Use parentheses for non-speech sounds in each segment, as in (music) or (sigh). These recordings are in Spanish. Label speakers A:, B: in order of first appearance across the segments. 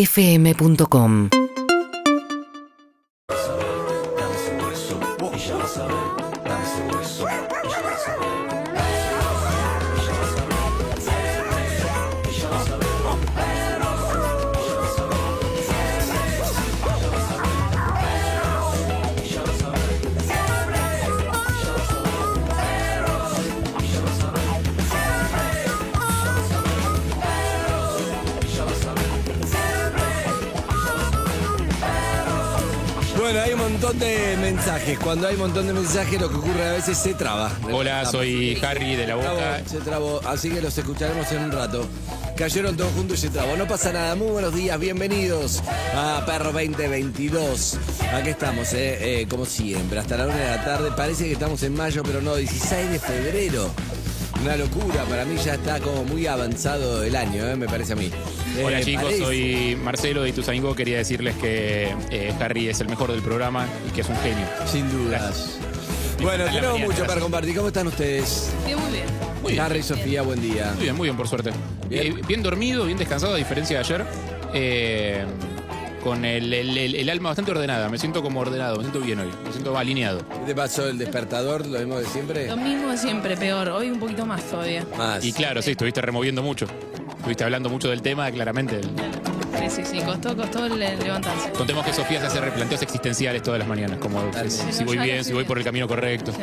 A: urbanaplayfm.com
B: Bueno, hay un montón de mensajes. Cuando hay un montón de mensajes, lo que ocurre a veces se traba.
C: Hola, soy Harry de la
B: Se trabó,
C: Boca.
B: se trabó, así que los escucharemos en un rato. Cayeron todos juntos y se trabó. No pasa nada. Muy buenos días, bienvenidos a Perro 2022. Aquí estamos, eh, eh, como siempre, hasta la una de la tarde. Parece que estamos en mayo, pero no, 16 de febrero. Una locura, para mí ya está como muy avanzado el año, eh, me parece a mí.
C: Hola
B: Eh,
C: chicos,
B: parece-
C: soy Marcelo de Ituzaingó. Quería decirles que eh, Harry es el mejor del programa y que es un genio.
B: Sin dudas. Bueno,
C: Me encanta
B: tenemos
C: la mañana,
B: mucho para
C: gracias.
B: compartir. ¿Cómo están ustedes?
D: Bien, muy bien.
C: Muy bien.
B: Harry, Sofía, buen día.
C: Muy bien, muy bien, por suerte.
B: Bien.
C: Bien, bien dormido, bien descansado, a diferencia de ayer. Eh, con el, el- el- el alma bastante ordenada. Me siento como ordenado, me siento bien hoy. Me siento alineado.
B: ¿Qué te pasó el despertador? Lo mismo de siempre.
D: Lo mismo de siempre, peor. Hoy un poquito más todavía.
B: Más.
C: Y claro, sí, estuviste removiendo mucho. Estuviste hablando mucho del tema, claramente.
D: Sí, sí, sí. Costó, costó el- el levantarse.
C: Contemos que Sofía se hace replanteos existenciales todas las mañanas, como eh, si,
D: Pero
C: voy
D: ya
C: bien,
D: lo
C: si voy
D: sé.
C: por el camino correcto.
D: Sí.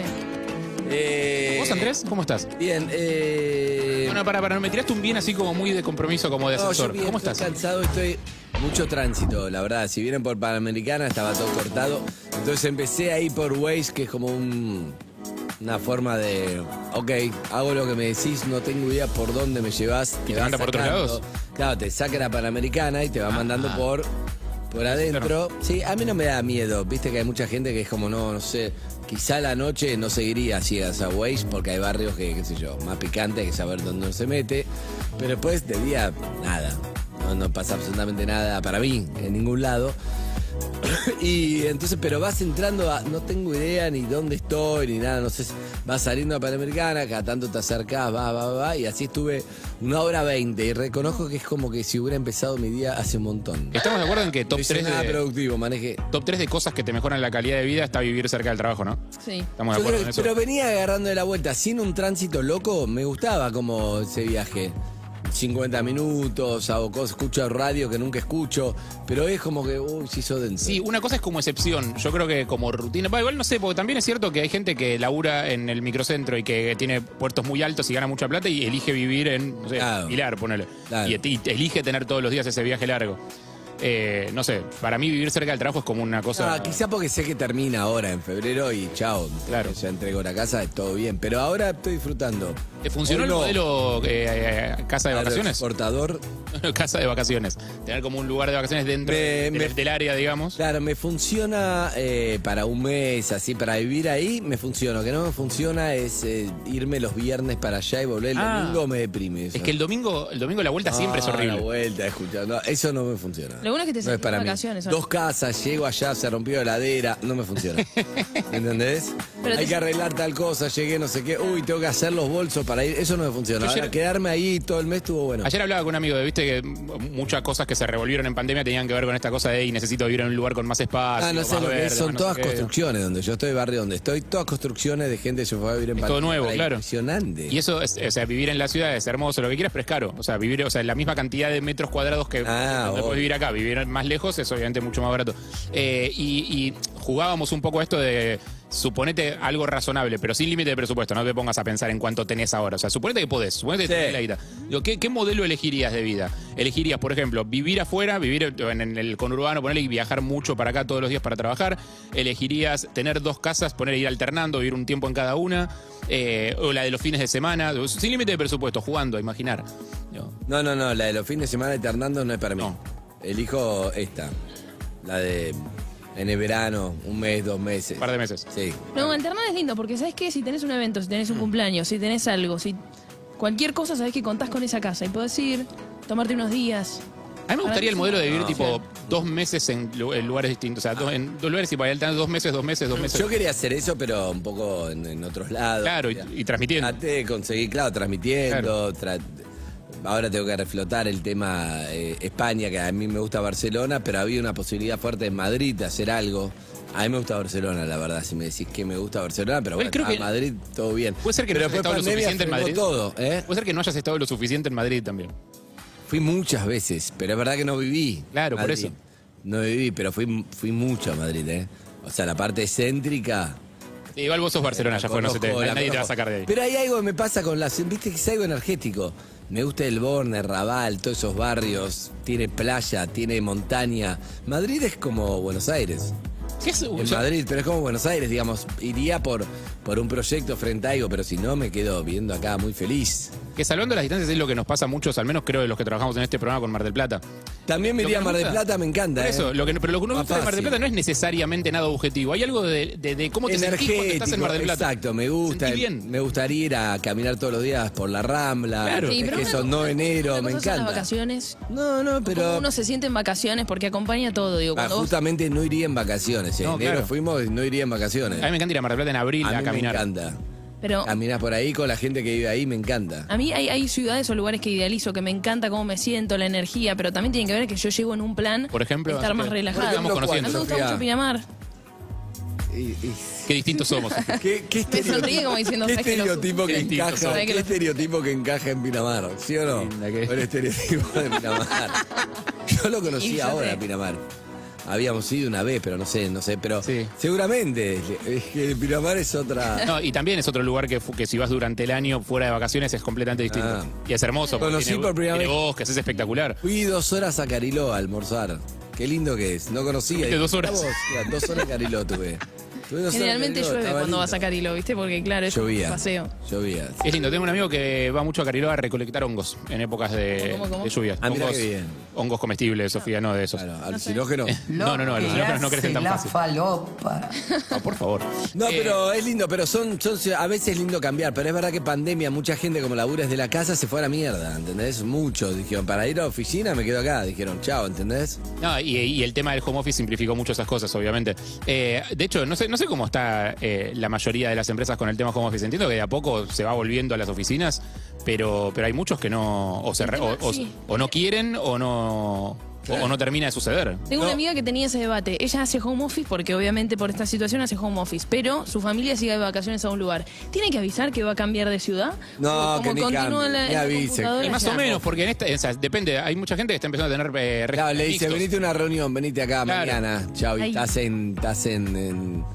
B: Eh,
C: ¿Vos, Andrés? ¿Cómo estás?
B: Bien, eh.
C: No, no, para, para, me tiraste un bien así como muy de compromiso, como de
B: no, yo
C: asesor.
B: bien,
C: ¿Cómo
B: estoy
C: estás?
B: cansado, estoy. Mucho tránsito, la verdad. Si vienen por Panamericana estaba todo cortado. Entonces empecé ahí por Waze, que es como un. Una forma de. Ok, hago lo que me decís, no tengo idea por dónde me llevas.
C: te
B: va
C: manda por otros
B: sacando.
C: lados? Ah,
B: Claro, te saca la Panamericana y te va mandando por. Por adentro, sí, a mí no me da miedo. Viste que hay mucha gente que es como, no, no sé, quizá la noche no seguiría ciegas a Waze porque hay barrios que, qué sé yo, más picante hay que saber dónde uno se mete. Pero después de día, nada. No, no pasa absolutamente nada para mí, en ningún lado. Y entonces, pero vas entrando a. No tengo idea ni dónde estoy, ni nada. No sé, si- vas saliendo a Panamericana, cada tanto te acercás, va, va, va. Y así estuve una hora veinte. Y reconozco que es como que si hubiera empezado mi día hace un montón.
C: Estamos de acuerdo en que top
B: No hice
C: 3
B: nada
C: de,
B: productivo, manejé.
C: top 3 de cosas que te mejoran la calidad de vida está vivir cerca del trabajo, ¿no?
D: Sí.
C: Estamos
B: Yo creo
C: de acuerdo en
B: que-
C: eso.
B: pero venía agarrando de la vuelta, sin un tránsito loco, me gustaba como ese viaje. 50 minutos, hago cosas, escucho radio que nunca escucho, pero es como que, uy, se hizo denso.
C: Sí, una cosa es como excepción. Yo creo que como rutina. Va, igual no sé, porque también es cierto que hay gente que labura en el microcentro y que tiene puertos muy altos y gana mucha plata y elige vivir en, no sé,
B: Claro.
C: Pilar, ponele.
B: Claro.
C: Y, y elige tener todos los días ese viaje largo. Eh, no sé, para mí vivir cerca del trabajo es como una cosa.
B: Ah, quizá porque sé que termina ahora en febrero y chao.
C: Claro.
B: Ya entrego la casa, todo bien. Pero ahora estoy disfrutando.
C: ¿Te funcionó
B: Hoy
C: el
B: no.
C: modelo eh, eh, casa de vacaciones?
B: Portador.
C: (laughs) casa de vacaciones. Tener como un lugar de vacaciones dentro
B: Me-
C: del-
B: me-
C: del área, digamos.
B: Claro, me funciona eh, para un mes, así, para vivir ahí, me funciona. Lo que no me funciona es eh, irme los viernes para allá y volver el
C: Ah.
B: domingo, me deprime. eso.
C: Es que el domingo, el domingo la vuelta siempre es
B: Ah,
C: horrible.
B: La vuelta, escuchando. Eso no me funciona.
D: Lo bueno es que te
B: no
D: sentís
B: es para
D: de
B: mí.
D: vacaciones, ¿o no?
B: Dos casas, llego allá, se rompió la heladera. No me funciona.
D: (laughs)
B: ¿Entendés?
D: Pero
B: Hay
D: te-
B: que arreglar tal cosa, llegué, no sé qué. Uy, tengo que hacer los bolsos para ir. Eso no me funciona.
C: Yo
B: Ahora,
C: ayer-
B: quedarme ahí todo el mes estuvo bueno.
C: Ayer hablaba con un amigo de, viste, que m- muchas cosas que se revolvieron en pandemia tenían que ver con esta cosa de, y necesito vivir en un lugar con más espacio.
B: Ah, no
C: más
B: sé lo que
C: verde,
B: es, son
C: más no sé
B: todas
C: qué.
B: construcciones donde yo estoy, barrio donde estoy, todas construcciones de gente que se fue a vivir en
C: Es todo
B: Paraná.
C: nuevo, claro.
B: Impresionante.
C: Y eso, es, o sea, vivir en la ciudad es hermoso, lo que quieras, pero es caro. O sea, vivir, o sea, la misma cantidad de metros cuadrados que
B: Ah,
C: donde
B: obvio.
C: puedes vivir acá, vivir más lejos es obviamente mucho más barato. Eh, y, y jugábamos un poco a esto de suponete algo razonable, pero sin límite de presupuesto, no te pongas a pensar en cuánto tenés ahora. O sea, suponete que podés, suponete que
B: Sí.
C: tenés la guita. Digo, ¿qué, qué modelo elegirías de vida? ¿Elegirías, por ejemplo, vivir afuera, vivir en, en el conurbano, ponerle y viajar mucho para acá todos los días para trabajar? ¿Elegirías tener dos casas, poner ir alternando, vivir un tiempo en cada una? Eh, ¿O la de los fines de semana? Digo, Sin límite de presupuesto, jugando, a imaginar. Digo,
B: No, no, no, la de los fines de semana eternando no es para mí.
C: No.
B: Elijo esta. La de en el verano, un mes, dos meses.
C: un par de meses.
B: Sí.
D: No, alternar es lindo porque sabes que si tenés un evento, si
B: Mm.
D: tenés un cumpleaños, si tenés algo, si cualquier cosa, sabés que contás con esa casa y podés ir, tomarte unos días.
C: A mí me gustaría el modelo de vivir
B: No.
C: tipo dos meses en, lu- en lugares distintos. O sea, dos- en dos lugares y para alternar dos meses, dos meses, dos meses.
B: Yo quería hacer eso, pero un poco en, en otros lados.
C: Claro, y, y transmitiendo.
B: Traté de conseguir, claro, transmitiendo. tra- ahora tengo que reflotar el tema eh, España, que a mí me gusta Barcelona, pero había una posibilidad fuerte en Madrid de hacer algo. A mí me gusta Barcelona, la verdad, si me decís que me gusta Barcelona, pero
C: Igual
B: bueno,
C: Pues creo
B: a
C: que-
B: Madrid todo bien.
C: Puede ser que
B: pero
C: no hayas
B: después
C: estado lo
B: pandemia
C: suficiente en
B: frenó
C: Madrid. Pues-
B: todo, ¿eh?
C: Puede ser que no hayas estado lo suficiente en Madrid también.
B: Fui muchas veces, pero es verdad que no viví.
C: Claro, por
B: Madrid.
C: eso.
B: No viví, pero fui, fui mucho a Madrid, ¿eh? O sea, la parte céntrica.
C: Sí, Igual vos sos Barcelona, ya fue, no se te,
B: conozco, Eh, la
C: nadie te va a
B: conozco.
C: sacar de ahí.
B: Pero hay algo que me pasa con las. Viste que es algo energético. Me gusta el Borne, Raval, todos esos barrios. Tiene playa, tiene montaña. Madrid es como Buenos Aires.
C: ¿Qué es-
B: En
C: yo-
B: Madrid, pero es como Buenos Aires, digamos. Iría por, por un proyecto frente a algo, pero si no, me quedo viendo acá muy feliz.
C: que salvando las distancias es lo que nos pasa a muchos, al menos creo de los que trabajamos en este programa con Mar del Plata.
B: También me
C: Lo
B: iría a
C: que
B: Mar del
C: gusta-
B: Plata, me encanta.
C: Por eso,
B: ¿eh?
C: lo que, pero lo que uno
B: Más
C: gusta de Mar del
B: fácil.
C: Plata no es necesariamente nada objetivo. Hay algo de, de- de cómo te sentís cuando estás en Mar del Plata.
B: Exacto, me gusta. eh,
C: Sentí bien.
B: Me gustaría ir a caminar todos los días por la Rambla.
C: Claro.
D: Sí,
B: es
D: pero
B: que
D: una
B: eso
D: cosa-
B: no enero,
D: una
B: me
D: cosa son
B: encanta.
D: las vacaciones.
B: No, no,
D: Cómo
B: pero
D: uno se siente en vacaciones porque acompaña todo, digo.
B: ah,
D: Cuando vos-
B: justamente no iría en vacaciones. En
C: No,
B: enero
C: claro.
B: fuimos y no iría en vacaciones.
C: A mí me encanta ir a Mar del Plata en abril a,
B: mí
C: caminar.
B: me encanta.
D: pero
B: Caminás por ahí con la gente que vive ahí, me
D: (laughs)
B: encanta.
D: a mí hay, hay ciudades o lugares que idealizo, que me encanta cómo me siento, la energía, pero también tiene que ver que yo llego en un plan
C: Por ejemplo,
D: de estar
C: así
D: más
C: que-
D: relajado.
C: estamos
D: A mí
C: conociendo.
D: me gusta
B: Sofía.
D: mucho Pinamar.
B: Y- y-
C: Qué
B: (laughs)
C: distintos somos.
B: ¿Qué, qué
D: Me
B: estereo-
D: sonríe como diciendo,
B: qué
D: "Sabés que lo
B: estereotipo
D: supe".
B: que
C: Qué distinto,
B: encaja?
D: ¿sabés que
B: ¿Qué
D: lo-
B: estereotipo que encaja en Pinamar? ¿Sí o no?
C: Linda que-
B: El estereotipo de
D: (laughs)
B: Pinamar. Yo lo
D: Y
B: conocí
D: yo
B: ahora,
D: sé.
B: Pinamar. Habíamos ido una vez, pero no sé, no sé, pero
C: Sí.
B: seguramente es que Pinamar es otra.
C: No, y también es otro lugar que, fu- que si vas durante el año fuera de vacaciones es completamente distinto.
B: Ah.
C: Y es hermoso. porque
B: Conocí
C: tiene-
B: por primera
C: tiene
B: vez.
C: bosques, es espectacular.
B: Fui dos horas a Cariló a almorzar. Qué lindo que es. No conocía.
C: Fuiste dos
B: Mirá
C: horas.
B: vos, mirá, dos horas a Cariló tuve. Tuve dos horas a
D: Generalmente
B: Cariló,
D: llueve
B: estaba
D: cuando vas a
B: lindo.
D: Carilo, ¿viste? Porque claro, es
B: Llovía.
D: un paseo.
B: Llovía.
C: Es lindo, tengo un amigo que va mucho a Cariló a recolectar hongos en épocas de,
D: ¿Cómo, cómo, cómo?
C: de lluvias.
B: Ah, mirá
C: hongos,
B: qué bien.
C: hongos comestibles, Sofía, no de esos.
B: Claro, alucinógeno.
D: Eh.
C: No, no, no,
A: Lo
C: los
A: que
C: alumnos no crecen
A: hace
C: tan
A: la
C: fácil.
A: falopa.
C: Ah, por favor.
B: No,
C: Eh,
B: pero es lindo, pero son, son ciu- a veces es lindo cambiar, pero es verdad que pandemia, mucha gente como labura desde la casa se fue a la mierda, ¿entendés? Muchos dijeron, para ir a la oficina me quedo acá, dijeron, chao, ¿entendés?
C: No, y, y el tema del home office simplificó mucho esas cosas, obviamente. Eh, de hecho, no sé, no sé cómo está eh, la mayoría de las empresas con el tema home office. Entiendo que de a poco se va volviendo a las oficinas, pero, pero hay muchos que no. O, se re- o, o-
D: Sí.
C: o no quieren o no. o- O, no termina de suceder.
B: No.
D: Tengo una amiga que tenía ese debate. Ella hace home office porque obviamente por esta situación hace home office, pero su familia sigue de vacaciones a un lugar. ¿Tiene que avisar que va a cambiar de ciudad?
B: No,
D: ¿O
B: que ni cambie, ni
D: la
B: avise.
D: computadora
C: Y más
D: ya?
C: o menos, porque en esta, o sea, depende, hay mucha gente que está empezando a tener eh,
B: Claro, le dice,
C: mixtos.
B: venite a una reunión, venite acá
C: Claro.
B: mañana, chao, y
D: Ay.
B: estás en, estás en, en-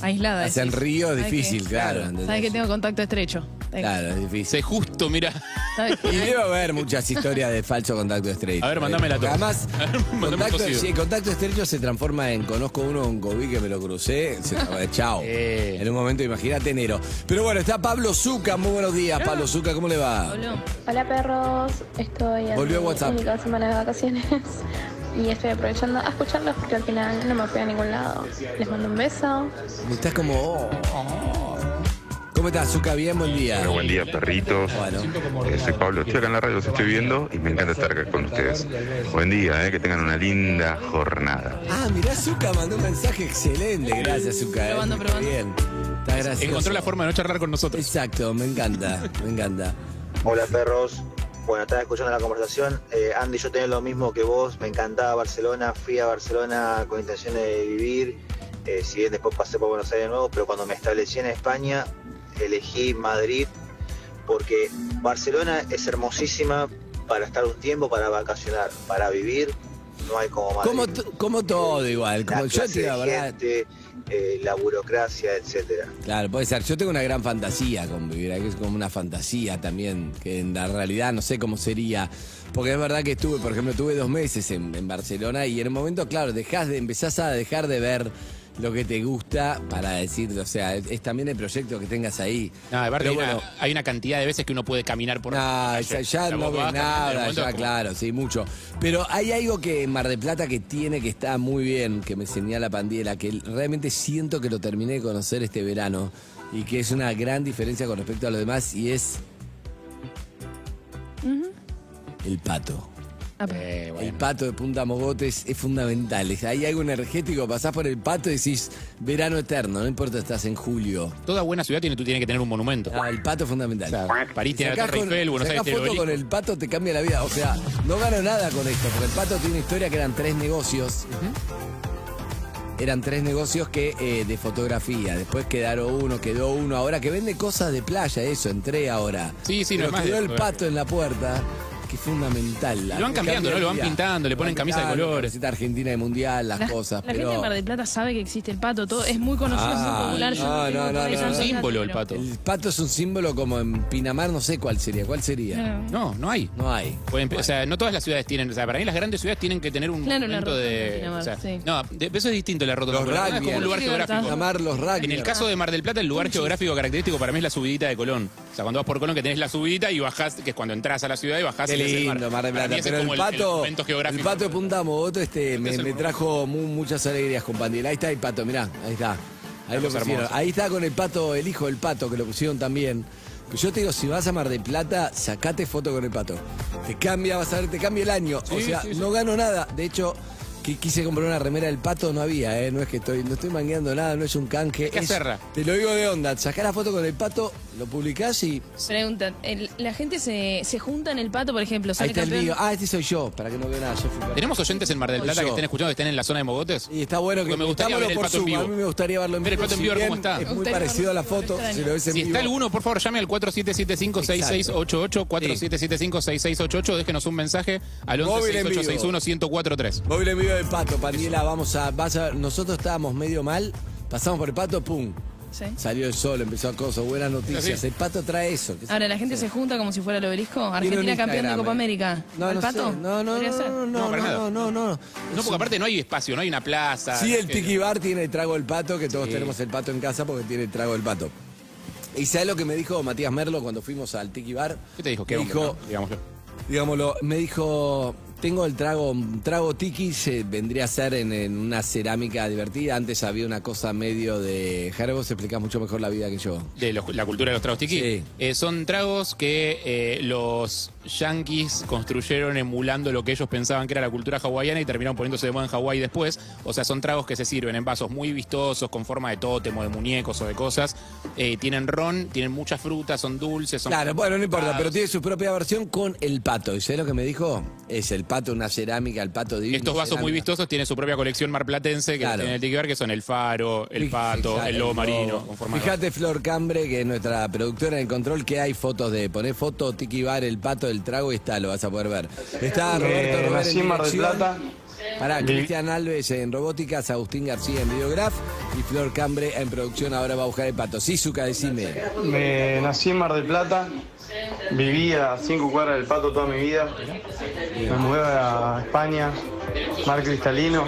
D: Aislada.
B: estás en
D: decís.
B: Río,
D: ¿Sabés
B: difícil,
D: qué?
B: claro. ¿entendés?
D: Sabes que tengo contacto estrecho. Tengo.
B: Claro, es difícil.
C: Se justo,
B: (laughs)
C: mira.
D: ¿Sabés qué?
B: Y debe haber muchas historias de falso contacto estrecho.
C: A ver, mandámela
B: Porque
C: tú.
B: Además,
C: (laughs) A ver, mandame
B: contacto,
C: cocido.
B: sí, contacto estrecho se transforma en conozco uno, un COVID que me lo crucé. se
C: (laughs)
B: tra- chao.
C: Eh.
B: En un momento, imagínate enero. Pero bueno, está Pablo Zuca. Muy buenos días, Pablo Zuca. ¿Cómo le va?
D: Pablo,
E: Hola perros, estoy en
B: Volvió
E: mi
B: WhatsApp.
E: única semana de vacaciones (laughs) y estoy aprovechando a escucharlos porque al final no me fui a ningún lado. Les mando un beso.
B: Estás como. oh. ¿Cómo estás, Zuca? Bien, buen día.
F: Bueno, buen día, perritos.
B: Bueno.
F: Eh, soy Pablo, estoy acá en la radio, los estoy viendo y me encanta estar acá con ustedes. Buen día, eh, que tengan una linda jornada.
B: Ah, mirá, Zuca mandó un mensaje excelente. Gracias, Zuca. eh.
D: Probando,
B: Muy
D: probando.
B: Bien. Está gracioso.
C: Encontró la forma de no charlar con nosotros.
B: Exacto, me encanta, me encanta.
G: Hola perros. Bueno, estaba escuchando la conversación. Eh, Andy, yo tenía lo mismo que vos. Me encantaba Barcelona. Fui a Barcelona con intenciones de vivir. Eh, si bien después pasé por Buenos Aires de nuevo, pero cuando me establecí en España, elegí Madrid porque Barcelona es hermosísima para estar un tiempo, para vacacionar, para vivir. No hay como Madrid.
B: Como, t- como todo igual,
G: La
B: como yo
G: clase
B: te digo, la
G: de
B: verdad.
G: gente, eh, la burocracia, etcétera.
B: Claro, puede ser. Yo tengo una gran fantasía con vivir aquí, es como una fantasía también, que en la realidad no sé cómo sería. Porque es verdad que estuve, por ejemplo, tuve dos meses en, en Barcelona y en un momento, claro, dejás de, empezás a dejar de ver lo que te gusta para decir, o sea, es, es también el proyecto que tengas ahí.
C: No, aparte
B: Pero
C: hay, una,
B: bueno,
C: hay una cantidad de veces que uno puede caminar por
B: no,
C: la
B: ya,
C: calle.
B: Ah, ya
C: O sea,
B: no
C: vos vas
B: ves
C: caminando en el
B: nada,
C: momento
B: ya
C: como-
B: claro, sí, mucho. Pero hay algo que en Mar del Plata que tiene, que está muy bien, que me señala Pandiela, que realmente siento que lo terminé de conocer este verano y que es una gran diferencia con respecto a los demás y es el pato.
D: Ah, pero-
C: Eh,
B: El
C: bueno.
B: pato de Punta Mogote es, es fundamental. Es- Hay algo energético, pasás por el pato y decís verano eterno, no importa, estás en julio.
C: Toda buena ciudad tiene, tú tiene que tener un monumento.
B: Ah, el pato es fundamental.
C: O sea, París tiene la
B: Sacás
C: Torre
B: con-
C: Eiffel, Buenos
B: sacás
C: Aires tiene el
B: foto con
C: obelisco.
B: el pato te cambia la vida. O sea, no gano nada con esto, porque el pato tiene una historia que eran tres negocios. Eran tres negocios que eh, de fotografía. Después quedaron uno, quedó uno. Ahora que vende cosas de playa, eso, entré ahora.
C: Sí, sí, no
B: Pero
C: es más
B: quedó
C: de
B: el
C: fotografía.
B: pato en la puerta. Que es fundamental.
C: Y lo van
B: Te
C: cambiando,
B: cambia
C: ¿no? Lo
B: el
C: van
B: día.
C: pintando, le
B: Lo
C: ponen
B: van
C: camisa de
B: pintando,
C: colores.
B: camiseta argentina de mundial, las
D: La,
B: cosas.
D: la
B: pero...
D: gente de Mar del Plata sabe que existe el pato, todo, es muy conocido, es
B: Ah,
D: muy popular. yo
B: no,
D: tengo
B: no, no, no,
D: todavía
C: Es un
B: no.
D: tantos datos,
C: símbolo el
D: pero-
C: pato.
B: El pato es un símbolo como en Pinamar, no sé cuál sería. ¿Cuál sería?
D: Claro.
C: No, no hay.
B: No hay.
C: Pueden- o sea, no todas las ciudades tienen. O sea, para mí las grandes ciudades tienen que tener un
D: Claro, la
C: monumento
D: rotonda
C: de.
D: de Pinamar,
C: o sea,
D: sí.
C: No, de- eso es distinto la
B: Los
C: rotonda. porque la rotonda es como
B: rugbyers.
C: un lugar
D: Sí,
C: geográfico.
D: verdad.
B: Llamar los rugby.
C: En el caso de Mar del Plata, el lugar geográfico característico para mí es la subidita de Colón. O sea, cuando vas por Colón, que tenés la subidita y bajás, que es cuando entras a la ciudad y bajás.
B: Qué
C: y ves el
B: lindo, Mar del
C: Para
B: Plata.
C: mí ese
B: Pero
C: es
B: el
C: como
B: pato,
C: momento
B: el,
C: geográfico.
B: pato de Punta Mogoto este, me,
C: es el
B: me
C: monumento.
B: trajo mu- muchas alegrías, compañero. Ahí está el pato, mirá, ahí está. Ahí lo
C: cosa
B: pusieron.
C: hermosa.
B: Ahí está con el pato, el hijo del pato, que lo pusieron también. Pero yo te digo, si vas a Mar del Plata, sacate foto con el pato. Te cambia, vas a ver, te cambia el año. o
C: Sí,
B: sea,
C: sí, sí.
B: no gano nada. De hecho, qui- quise comprar una remera del pato, no había, ¿eh? No es que estoy, no estoy mangueando nada, no es un canje.
C: que
B: es-
C: hacerla.
B: Te lo digo de onda. Sacá la foto con el pato, lo publicás y
D: Pregunta, el- la gente se, se junta en el pato, por ejemplo,
B: ahí
D: sale
B: está el
D: campeón.
B: mío. Ah, este soy yo, para que no vea nada. Yo fui campeón.
C: ¿Tenemos oyentes en Mar del Plata
B: Yo.
C: que estén escuchando, que estén en la zona de Mogotes?
B: Y está bueno que
C: Porque me gustaría
B: metámoslo
C: ver el
B: por
C: pato en
B: Zoom.
C: vivo.
B: A mí me gustaría verlo en
C: Ver el
B: vivo.
C: pato en
B: si
C: vivo, a ver
B: bien
C: cómo está.
B: Es muy
D: Gustaría
B: parecido a la
D: verlo en vivo,
B: foto.
D: extraño.
B: Si lo ves en
C: Si
B: vivo.
C: está alguno, por favor, llame al 4775-6688, 4775-6688, déjenos un mensaje al
B: Móvil en vivo.
C: 116861-1043.
B: Móvil en vivo del pato, Paniela, vamos a, vas a. Nosotros estábamos medio mal, pasamos por el pato, pum.
D: Sí.
B: Salió el sol, empezó a cosas, buenas noticias.
C: así.
B: El pato trae eso. que es-
D: Ahora, la gente se junta como si fuera el obelisco.
B: Tiene un
D: Argentina campeón de
B: Instagram,
D: Copa
B: eh.
D: América.
B: No,
D: ¿Al
B: no, sé.
D: pato?
B: no, no, no,
D: ¿Podría ser?
B: no,
C: No,
B: no,
C: para nada.
B: no, no, no.
C: No, eh. porque aparte no hay espacio, no hay una plaza.
B: Sí, el
C: Que-
B: Tiki Bar tiene el trago del pato, que todos tenemos el pato en casa porque tiene el trago del pato. ¿Y sabes lo que me dijo Matías Merlo cuando fuimos al Tiki Bar?
C: ¿Qué te dijo? ¿Qué
B: Me
C: hombre,
B: dijo,
C: no? Digámoslo.
B: digámoslo, me dijo, tengo el trago, un trago tiki, se vendría a ser en, en una cerámica divertida. Antes había una cosa medio de... Jara, vos explicás mucho mejor la vida que yo.
C: de los- la cultura de los tragos tiki.
B: Sí.
C: Eh, son tragos que eh, los yanquis construyeron emulando lo que ellos pensaban que era la cultura hawaiana y terminaron poniéndose de moda en Hawái después. O sea, son tragos que se sirven en vasos muy vistosos, con forma de tótem o de muñecos o de cosas. Eh, tienen ron, tienen muchas frutas, son dulces. Son
B: Claro, bueno, no importa, pero
C: frutados.
B: tiene su propia versión con el pato. ¿Y sabés lo que me dijo? Es el pato, una cerámica, el pato divino.
C: Estos vasos muy
B: cerámica.
C: vistosos tienen su propia colección marplatense que
B: Claro.
C: tiene el tiki bar, que son el faro, el pato,
B: Exacto,
C: el lobo marino. con forma de-
B: Oh. Fíjate, Flor Cambre, que es nuestra productora en control, que hay fotos de poner foto, tiki bar, el pato, el trago y está, lo vas a poder ver. Está Roberto Robert
A: nací
B: en
A: en Eh, Mar del
B: dirección.
A: Plata.
B: Pará, Cristian Alves en robóticas, Agustín García en videograf y Flor Cambre en producción. Ahora va a buscar el pato. Sízuka, decime.
A: Me nací en Mar del Plata, viví a cinco cuadras del Pato toda mi vida, me mudé a España, mar cristalino,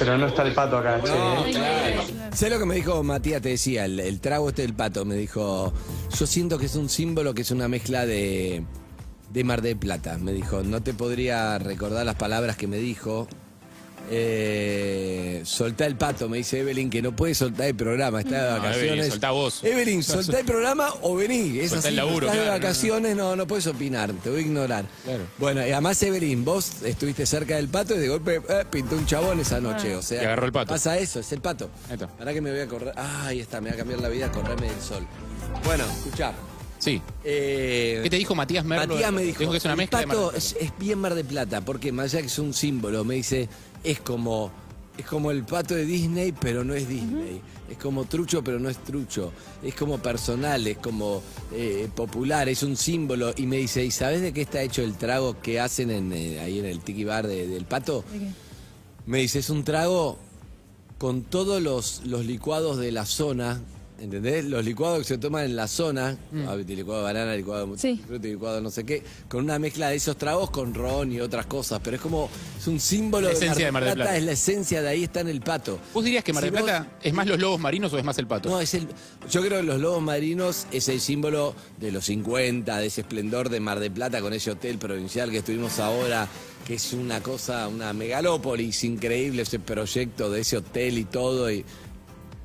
A: pero no está el Pato acá. che.
B: Sé lo que me dijo Matías, te decía, el, el trago este del pato. Me dijo, yo siento que es un símbolo que es una mezcla de, de Mar del Plata. Me dijo, no te podría recordar las palabras que me dijo. Eh, soltá el pato, me dice Evelyn, que no puede soltar el programa, está de
C: No, Evelyn,
B: vacaciones.
C: soltá vos. (laughs)
B: Evelyn, soltá el programa o vení. Es así,
C: Soltá el laburo,
B: estás de
C: claro, no, no.
B: vacaciones, no, no puedes opinar, te voy a ignorar. Bueno, y además Evelyn, vos estuviste cerca del pato y de golpe eh, pintó un chabón esa noche. O sea,
C: Ah. Y agarró el pato.
B: pasa a eso, es el pato.
C: Ahí está.
B: Ahora que me voy a correr. Ah, ahí está, me va a cambiar la vida correrme del sol. Bueno, escuchá.
C: Sí.
B: eh,
C: ¿Qué te dijo Matías Merlo?
B: Matías me dijo,
C: que es una
B: el
C: mezcla de Mar del
B: pato
C: Plata.
B: es, es bien Mar de Plata, porque más allá que es un símbolo, me dice, es como, es como el pato de Disney, pero no es Disney. Es como trucho, pero no es trucho. Es como personal, es como eh, popular, es un símbolo. Y me dice, ¿y sabes de qué está hecho el trago que hacen en, eh, ahí en el tiki bar de- del pato? Me dice, es un trago con todos los, los licuados de la zona. ¿Entendés? Los licuados que se toman en la zona,
C: Mm.
B: ah, viste, licuado de banana, licuado de
D: Sí.
B: fruta, licuado de no sé qué, con una mezcla de esos tragos con ron y otras cosas, pero es como, es un símbolo
C: La esencia de Mar del Plata.
B: Es la esencia de ahí está en el pato.
C: ¿Vos dirías que Mar
B: Si
C: del Plata es más los lobos marinos o es más el pato?
B: No, es el, yo creo que los lobos marinos es el símbolo de los 50, de ese esplendor de Mar del Plata con ese hotel provincial que estuvimos ahora, que es una cosa, una megalópolis increíble, ese proyecto de ese hotel y todo. Y